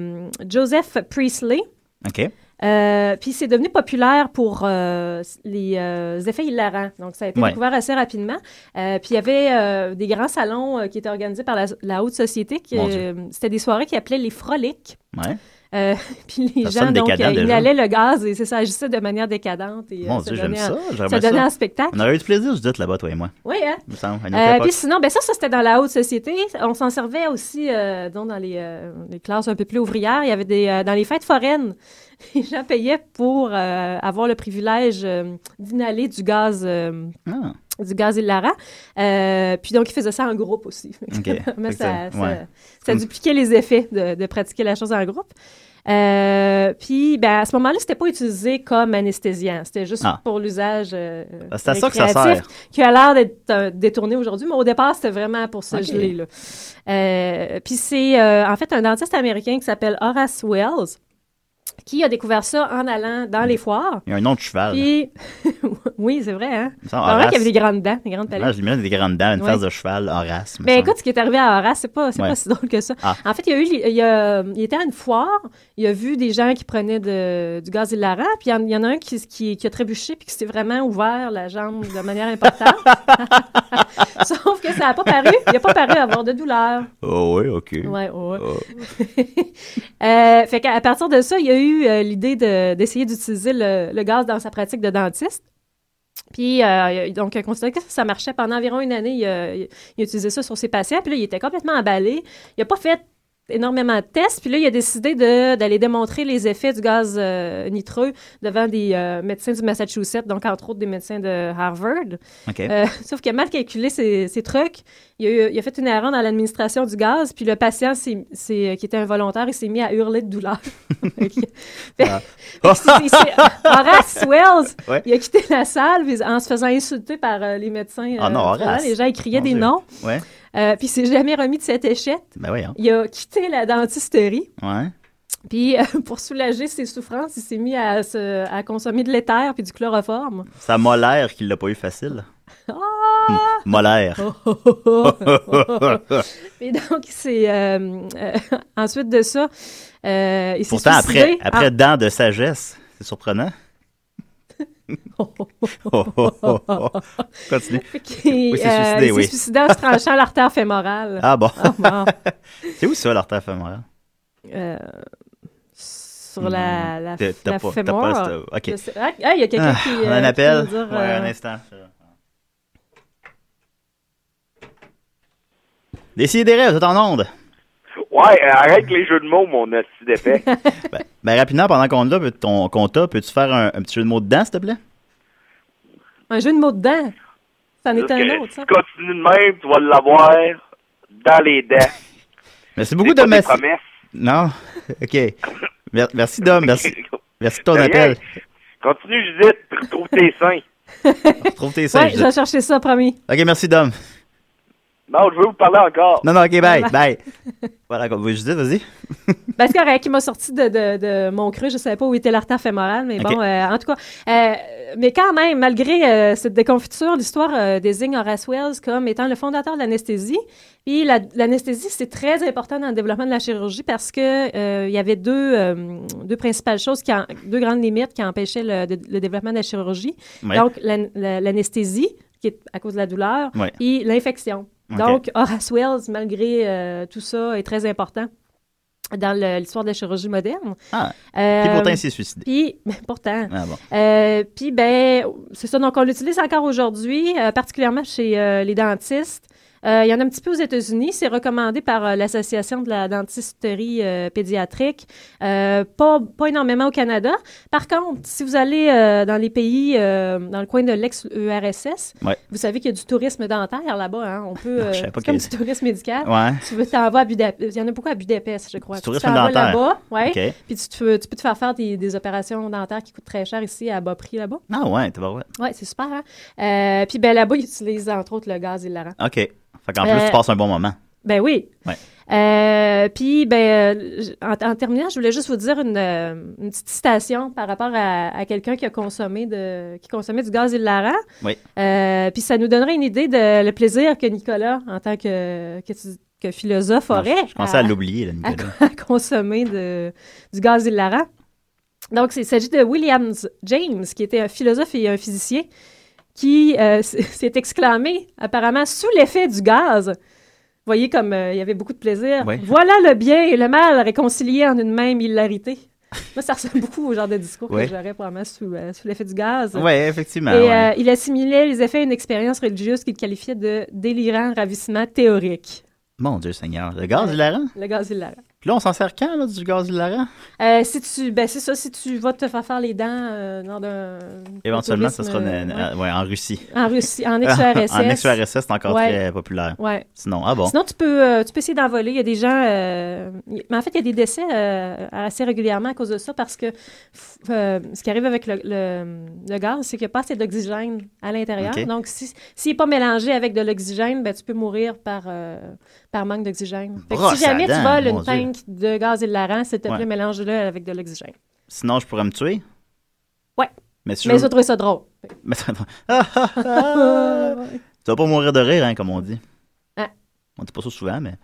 [SPEAKER 6] euh, Joseph Priestley.
[SPEAKER 4] OK.
[SPEAKER 6] Euh, puis c'est devenu populaire pour euh, les euh, effets hilarants. Donc, ça a été
[SPEAKER 4] Ouais.
[SPEAKER 6] découvert assez rapidement. Euh, puis il y avait euh, des grands salons euh, qui étaient organisés par la, la haute société. qui,
[SPEAKER 4] Mon
[SPEAKER 6] euh, C'était des soirées qui appelaient les frolics.
[SPEAKER 4] Ouais.
[SPEAKER 6] Euh, [laughs] puis les
[SPEAKER 4] Ça
[SPEAKER 6] gens,
[SPEAKER 4] sonne
[SPEAKER 6] donc,
[SPEAKER 4] décadent,
[SPEAKER 6] euh,
[SPEAKER 4] déjà.
[SPEAKER 6] inhalaient le gaz et c'est ça agissait de manière décadente. Et, euh,
[SPEAKER 4] Mon
[SPEAKER 6] se
[SPEAKER 4] Dieu, j'aime
[SPEAKER 6] donnait
[SPEAKER 4] ça.
[SPEAKER 6] un-
[SPEAKER 4] j'aimerais
[SPEAKER 6] se
[SPEAKER 4] ça.
[SPEAKER 6] donnait un spectacle.
[SPEAKER 4] On aurait eu du plaisir, Judith, là-bas, toi et moi.
[SPEAKER 6] Oui, hein?
[SPEAKER 4] Il me semble, à une autre
[SPEAKER 6] Euh,
[SPEAKER 4] époque.
[SPEAKER 6] puis sinon, ben ça, ça c'était dans la haute société. On s'en servait aussi euh, donc dans les, euh, les classes un peu plus ouvrières. Il y avait des euh, dans les fêtes foraines, [laughs] les gens payaient pour euh, avoir le privilège euh, d'inhaler du gaz. euh,
[SPEAKER 4] Ah,
[SPEAKER 6] du gaz hilarant. Euh, puis donc, ils faisaient ça en groupe aussi.
[SPEAKER 4] OK.
[SPEAKER 6] Mais [laughs]
[SPEAKER 4] Fait que
[SPEAKER 6] ça,
[SPEAKER 4] ça-
[SPEAKER 6] ça-
[SPEAKER 4] ouais.
[SPEAKER 6] ça dupliquait les effets de, de pratiquer la chose en groupe. Euh, puis, ben, à ce moment-là, c'était pas utilisé comme anesthésiant. C'était juste
[SPEAKER 4] Ah.
[SPEAKER 6] pour l'usage euh,
[SPEAKER 4] Ah, c'est à ça que ça
[SPEAKER 6] récréatif,
[SPEAKER 4] sert.
[SPEAKER 6] qui a l'air d'être euh, détourné aujourd'hui, mais au départ, c'était vraiment pour se
[SPEAKER 4] OK.
[SPEAKER 6] geler. là. Euh, puis c'est, euh, en fait, un dentiste américain qui s'appelle Horace Wells qui a découvert ça en allant dans les foires.
[SPEAKER 4] Il y a un nom de cheval.
[SPEAKER 6] Puis, oui, c'est vrai, hein?
[SPEAKER 4] Il me
[SPEAKER 6] C'est
[SPEAKER 4] semble
[SPEAKER 6] vrai qu'il y
[SPEAKER 4] Horace.
[SPEAKER 6] avait des grandes dents, des grandes
[SPEAKER 4] Là,
[SPEAKER 6] palettes.
[SPEAKER 4] je lui mets des grandes dents, une
[SPEAKER 6] Ouais.
[SPEAKER 4] face de cheval, Horace. me
[SPEAKER 6] Mais
[SPEAKER 4] semble.
[SPEAKER 6] Ben, écoute, ce qui est arrivé à Horace, c'est pas, c'est
[SPEAKER 4] Ouais.
[SPEAKER 6] pas si drôle que ça.
[SPEAKER 4] Ah.
[SPEAKER 6] En fait, il, y a eu, il, y a- il était à une foire, il a vu des gens qui prenaient de- du gaz hilarant, puis il y en- il y, en a un qui, qui, qui a trébuché puis qui s'est vraiment ouvert la jambe de manière importante. [laughs] Sauf que ça n'a pas paru, il n'a pas paru avoir de douleur.
[SPEAKER 4] Oh, oui, OK.
[SPEAKER 6] Ouais, ouais.
[SPEAKER 4] Oh.
[SPEAKER 6] Euh, fait qu'à à partir de ça, il y a eu euh, l'idée de- d'essayer d'utiliser le, le gaz dans sa pratique de dentiste. Puis, euh, il a- donc, il a considéré que ça, ça marchait pendant environ une année. Il a, il a utilisé ça sur ses patients. Puis là, il était complètement emballé. Il n'a pas fait énormément de tests. Puis là, il a décidé de- d'aller démontrer les effets du gaz euh, nitreux devant des euh, médecins du Massachusetts, donc entre autres des médecins de Harvard.
[SPEAKER 4] OK.
[SPEAKER 6] Euh, sauf qu'il a mal calculé ses, ses trucs. Il a, eu- il a fait une erreur dans l'administration du gaz, puis le patient s'est- s'est- euh, qui était involontaire, il s'est mis à hurler de douleur.
[SPEAKER 4] Ah.
[SPEAKER 6] C'est- c'est- Horace Wells,
[SPEAKER 4] Ouais.
[SPEAKER 6] il a quitté la salle puis en se faisant insulter par euh, les médecins.
[SPEAKER 4] Ah non,
[SPEAKER 6] euh,
[SPEAKER 4] Horace.
[SPEAKER 6] Les gens ils criaient
[SPEAKER 4] Mon
[SPEAKER 6] des
[SPEAKER 4] Dieu.
[SPEAKER 6] noms.
[SPEAKER 4] Ouais.
[SPEAKER 6] Euh, puis il s'est jamais remis de cette échette.
[SPEAKER 4] [laughs] Ben oui, hein.
[SPEAKER 6] Il a quitté la dentisterie.
[SPEAKER 4] Ouais.
[SPEAKER 6] Puis, euh, [laughs] pour soulager ses souffrances, il s'est mis à, se- à consommer de l'éther puis du chloroforme.
[SPEAKER 4] Ça m'a l'air qu'il l'a pas eu facile.
[SPEAKER 6] Ah!
[SPEAKER 4] M'a l'air.
[SPEAKER 6] [laughs]
[SPEAKER 4] oh,
[SPEAKER 6] Et donc, c'est euh, euh, ensuite de ça, euh, il s'est
[SPEAKER 4] Pourtant, après,
[SPEAKER 6] suicidé.
[SPEAKER 4] après
[SPEAKER 6] Ah,
[SPEAKER 4] dents de sagesse,
[SPEAKER 6] [laughs]
[SPEAKER 4] c'est surprenant. [laughs]
[SPEAKER 6] Ah.
[SPEAKER 4] Oh, oh, oh, oh. Continue.
[SPEAKER 6] il,
[SPEAKER 4] oui, c'est
[SPEAKER 6] euh, il
[SPEAKER 4] suicidé,
[SPEAKER 6] s'est
[SPEAKER 4] oui.
[SPEAKER 6] suicidé en se tranchant l'artère fémorale.
[SPEAKER 4] Ah bon.
[SPEAKER 6] Ah, bon.
[SPEAKER 4] c'est où ça, l'artère fémorale?
[SPEAKER 6] Euh, sur la, la,
[SPEAKER 4] Hmm. T'as- t'as
[SPEAKER 6] la
[SPEAKER 4] pas- t'as
[SPEAKER 6] fémor.
[SPEAKER 4] pas le- ok.
[SPEAKER 6] Je sais- Ah, ah, il y a quelqu'un
[SPEAKER 4] Ah,
[SPEAKER 6] qui.
[SPEAKER 4] on a
[SPEAKER 6] euh,
[SPEAKER 4] un
[SPEAKER 6] qui
[SPEAKER 4] appel.
[SPEAKER 6] veut dire,
[SPEAKER 4] Ouais,
[SPEAKER 6] euh,
[SPEAKER 4] un instant. Décidérez, vous êtes
[SPEAKER 6] [laughs]
[SPEAKER 4] en onde.
[SPEAKER 9] Ouais, euh, arrête les jeux de mots, mon hostie
[SPEAKER 6] [laughs]
[SPEAKER 9] d'épais.
[SPEAKER 4] Ben, rapidement, pendant qu'on est là, peut- ton- qu'on t'a, peux-tu faire un, un petit jeu de mots dedans, s'il te plaît?
[SPEAKER 6] Un jeu de mots dedans. C'en est
[SPEAKER 9] Parce que
[SPEAKER 6] un autre, ça.
[SPEAKER 9] si tu continues de même, tu vas l'avoir dans les dents.
[SPEAKER 4] Merci beaucoup,
[SPEAKER 9] Pas
[SPEAKER 4] Dom.
[SPEAKER 9] des
[SPEAKER 4] Merci.
[SPEAKER 9] promesses. [laughs]
[SPEAKER 4] Non? [laughs] OK. Mer- Merci, Dom. Merci, merci de ton
[SPEAKER 9] De rien.
[SPEAKER 4] appel.
[SPEAKER 9] Continue, Judith, puis retrouve tes seins.
[SPEAKER 4] Trouve tes seins,
[SPEAKER 6] Ouais, je
[SPEAKER 4] Judith.
[SPEAKER 6] vais chercher ça, promis.
[SPEAKER 4] OK, merci, Dom.
[SPEAKER 9] Non, je veux vous parler encore.
[SPEAKER 4] Non, non, OK, bye.
[SPEAKER 6] Bye. [laughs]
[SPEAKER 4] Bye. voilà, comme vous, Judith, vas-y.
[SPEAKER 6] Ben, c'est correct, il m'a sorti de, de- de mon creux. Je ne savais pas où était l'artère fémorale, mais
[SPEAKER 4] Ok.
[SPEAKER 6] bon, euh, en tout cas. euh, mais quand même, malgré euh, cette déconfiture, l'histoire euh, désigne Horace Wells comme étant le fondateur de l'anesthésie. Puis la- l'anesthésie, c'est très important dans le développement de la chirurgie parce que euh, il y avait deux, euh, deux principales choses, qui en- deux grandes limites qui empêchaient le, de- le développement de la chirurgie.
[SPEAKER 4] Ouais.
[SPEAKER 6] Donc, l'an- la- l'anesthésie, qui est à cause de la douleur,
[SPEAKER 4] Ouais.
[SPEAKER 6] et l'infection.
[SPEAKER 4] Ok.
[SPEAKER 6] Donc, Horace Wells, malgré euh, tout ça, est très important dans le- l'histoire de la chirurgie moderne.
[SPEAKER 4] Ah.
[SPEAKER 6] Euh,
[SPEAKER 4] Puis pourtant, il s'est suicidé.
[SPEAKER 6] Puis, ben, pourtant.
[SPEAKER 4] Ah bon.
[SPEAKER 6] Euh, puis, ben, c'est ça. Donc, on l'utilise encore aujourd'hui, euh, particulièrement chez euh, les dentistes. Euh, il y en a un petit peu aux États-Unis. C'est recommandé par euh, l'Association de la dentisterie euh, pédiatrique. Euh, pas, pas énormément au Canada. Par contre, si vous allez euh, dans les pays, euh, dans le coin de l'ex-URSS,
[SPEAKER 4] Ouais.
[SPEAKER 6] vous savez qu'il y a du tourisme dentaire là-bas. hein. On peut.
[SPEAKER 4] [laughs] Non, je
[SPEAKER 6] euh,
[SPEAKER 4] savais pas
[SPEAKER 6] c'est comme
[SPEAKER 4] qu'il y
[SPEAKER 6] du tourisme médical.
[SPEAKER 4] Ouais.
[SPEAKER 6] Tu veux t'en vas à Budapest. Il y en a beaucoup à Budapest, je crois.
[SPEAKER 4] Du
[SPEAKER 6] Puis tu
[SPEAKER 4] tourisme
[SPEAKER 6] t'en vas
[SPEAKER 4] dentaire.
[SPEAKER 6] là-bas, ouais.
[SPEAKER 4] OK.
[SPEAKER 6] Puis tu, te fais- tu peux te faire faire des, des opérations dentaires qui coûtent très cher ici à bas prix là-bas.
[SPEAKER 4] Ah ouais, t'es pas ouais.
[SPEAKER 6] Ouais, c'est super. Hein? Euh, puis ben là-bas, ils utilisent entre autres le gaz hilarant.
[SPEAKER 4] OK. Fait qu'en
[SPEAKER 6] Euh,
[SPEAKER 4] plus, tu passes un bon moment.
[SPEAKER 6] Ben oui.
[SPEAKER 4] Ouais.
[SPEAKER 6] Euh, puis, ben, euh, j- en, en terminant, je voulais juste vous dire une, euh, une petite citation par rapport à, à quelqu'un qui a consommé de, qui consommait du gaz hilarant.
[SPEAKER 4] Oui.
[SPEAKER 6] Euh, puis ça nous donnerait une idée de le plaisir que Nicolas, en tant que, que, tu- que philosophe, aurait.
[SPEAKER 4] Je pensais à l'oublier, là,
[SPEAKER 6] à,
[SPEAKER 4] Nicolas.
[SPEAKER 6] à consommer de, du gaz hilarant. Donc, c'est- il s'agit de William James, qui était un philosophe et un physicien, qui euh, [laughs] s- s'est exclamé, apparemment, sous l'effet du gaz. Voyez comme euh, il y avait beaucoup de plaisir.
[SPEAKER 4] Oui.
[SPEAKER 6] Voilà le bien et le mal réconciliés en une même hilarité. Moi, ça ressemble beaucoup au genre de discours
[SPEAKER 4] Oui.
[SPEAKER 6] que j'aurais probablement sous, euh, sous l'effet du gaz.
[SPEAKER 4] Oui, effectivement.
[SPEAKER 6] Et
[SPEAKER 4] ouais.
[SPEAKER 6] euh, il assimilait les effets à une expérience religieuse qu'il qualifiait de délirant ravissement théorique.
[SPEAKER 4] Mon Dieu Seigneur. Le
[SPEAKER 6] euh,
[SPEAKER 4] gaz hilarant?
[SPEAKER 6] Le gaz hilarant.
[SPEAKER 4] Puis là, on s'en sert quand, là, du gaz hilarant?
[SPEAKER 6] Euh, si tu, ben c'est ça, si tu vas te faire faire les dents euh, dans un.
[SPEAKER 4] Éventuellement,
[SPEAKER 6] un
[SPEAKER 4] ça
[SPEAKER 6] tourisme,
[SPEAKER 4] sera
[SPEAKER 6] euh,
[SPEAKER 4] une-
[SPEAKER 6] ouais.
[SPEAKER 4] euh, ouais, en Russie.
[SPEAKER 6] En Russie, en
[SPEAKER 4] [laughs]
[SPEAKER 6] ex-URSS.
[SPEAKER 4] en ex-URSS, c'est encore
[SPEAKER 6] Ouais.
[SPEAKER 4] très populaire.
[SPEAKER 6] Ouais.
[SPEAKER 4] Sinon, ah bon.
[SPEAKER 6] Sinon, tu peux, euh, tu peux essayer d'envoler. Il y a des gens. euh, y- mais en fait, il y a des décès euh, assez régulièrement à cause de ça parce que f- euh, ce qui arrive avec le, le- le gaz, c'est qu'il n'y a pas assez d'oxygène à l'intérieur.
[SPEAKER 4] Ok.
[SPEAKER 6] Donc, si- s'il n'est pas mélangé avec de l'oxygène, ben, tu peux mourir par, euh, par manque d'oxygène. Fait que
[SPEAKER 4] Brosse
[SPEAKER 6] si jamais
[SPEAKER 4] à
[SPEAKER 6] tu
[SPEAKER 4] dents,
[SPEAKER 6] voles
[SPEAKER 4] mon
[SPEAKER 6] une
[SPEAKER 4] Dieu.
[SPEAKER 6] tank de gaz hilarant, s'il te
[SPEAKER 4] Ouais.
[SPEAKER 6] plaît, mélange-le avec de l'oxygène.
[SPEAKER 4] Sinon, je pourrais me tuer.
[SPEAKER 6] Ouais.
[SPEAKER 4] Mais si je
[SPEAKER 6] Mais
[SPEAKER 4] veux-
[SPEAKER 6] je trouvé ça drôle.
[SPEAKER 4] Mais ça- Ah, ah, ah. [laughs] Tu vas pas mourir de rire, hein, comme on dit.
[SPEAKER 6] Ah.
[SPEAKER 4] On dit pas ça souvent, mais.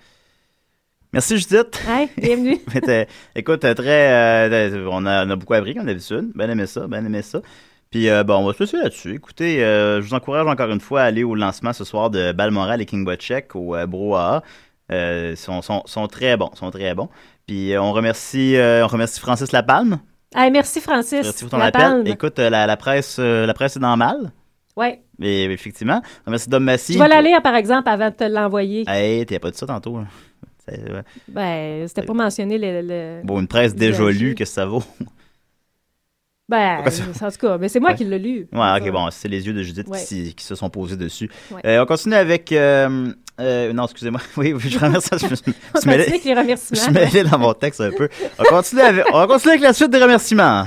[SPEAKER 4] Merci, Judith.
[SPEAKER 6] Hey, Hein?
[SPEAKER 4] [laughs]
[SPEAKER 6] bienvenue.
[SPEAKER 4] Mais t'es- écoute, t'es très. euh, t'es- on, a, on a beaucoup appris, comme d'habitude. Bien aimé ça, bien aimé ça. Puis, euh, bon, on va se laisser là-dessus. Écoutez, euh, je vous encourage encore une fois à aller au lancement ce soir de Balmoral et King Botchek au euh, Brouhaha. Euh, sont, sont, sont très bons, sont très bons. Puis, euh, on, remercie, euh, on remercie Francis Lapalme.
[SPEAKER 6] Hey, merci, Francis.
[SPEAKER 4] Merci pour ton
[SPEAKER 6] La
[SPEAKER 4] appel.
[SPEAKER 6] palme.
[SPEAKER 4] Écoute, euh, la, la presse, euh, la presse est dans le mal.
[SPEAKER 6] Ouais.
[SPEAKER 4] Mais effectivement. Merci Dom Massy.
[SPEAKER 6] Je vais l'aller, hein, par exemple, avant de te l'envoyer.
[SPEAKER 4] Hey, t'as pas dit ça tantôt. hein. C'est- euh,
[SPEAKER 6] Ben, c'était pas mentionné le. le-
[SPEAKER 4] Bon, une presse
[SPEAKER 6] le-
[SPEAKER 4] déjà lue, qu'est-ce que ça vaut?
[SPEAKER 6] Ben,
[SPEAKER 4] Pourquoi ça-
[SPEAKER 6] en tout cas, mais c'est moi
[SPEAKER 4] Ouais.
[SPEAKER 6] qui l'ai lu.
[SPEAKER 4] Ouais, ok, bon, c'est les yeux de Judith
[SPEAKER 6] Ouais.
[SPEAKER 4] qui, s'y- qui se sont posés dessus.
[SPEAKER 6] Ouais.
[SPEAKER 4] Euh, on continue avec. euh, euh, non, excusez-moi. [laughs] Oui, oui, je remercie. Je, me suis-
[SPEAKER 6] [laughs] On
[SPEAKER 4] [laughs] je suis mêlé-
[SPEAKER 6] continue avec les remerciements.
[SPEAKER 4] Je suis mêlé dans mon texte un peu. On continue avec, on continue avec la suite des remerciements.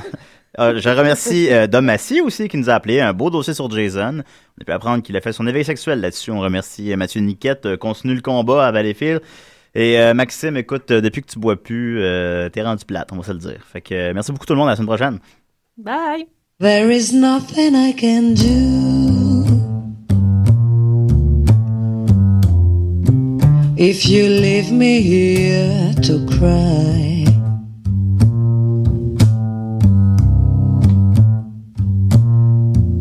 [SPEAKER 4] Euh, je remercie euh, Dom Massy aussi qui nous a appelé. Un beau dossier sur Jason. On a pu apprendre qu'il a fait son éveil sexuel là-dessus. On remercie euh, Mathieu Niquette. euh, continue le combat à Valleyfield. Et euh, Maxime, écoute, euh, depuis que tu bois plus, euh, t'es rendu plate, on va se le dire. Fait que euh, merci beaucoup tout le monde. À la semaine prochaine.
[SPEAKER 6] Bye.
[SPEAKER 14] There is nothing I can do. If you leave me here to cry,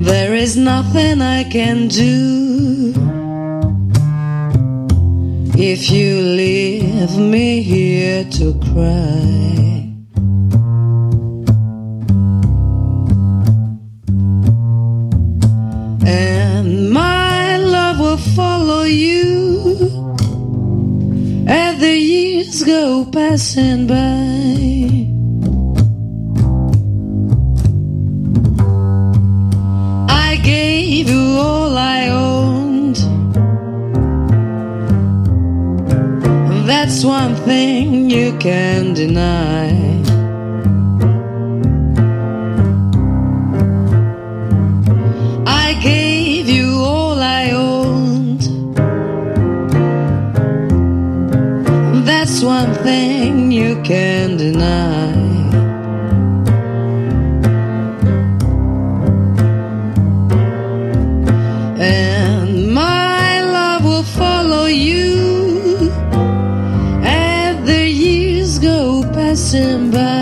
[SPEAKER 14] there is nothing I can do. If you leave me here to cry. and my love will follow you as the years go passing by. I gave you all I owned. That's one thing you can deny. I gave you all I owned. That's one thing you can deny. And my love will follow you as the years go passing by.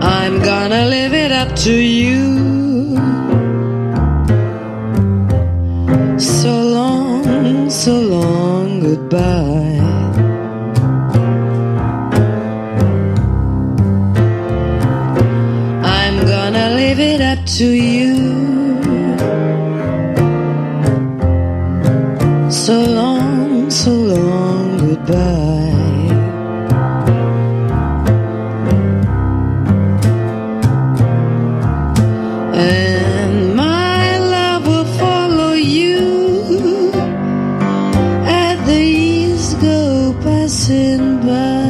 [SPEAKER 14] I'm gonna leave it up to you. So long, so long, goodbye. I'm gonna leave it up to you. So long, so long, goodbye. And my love will follow you as the years go passing by.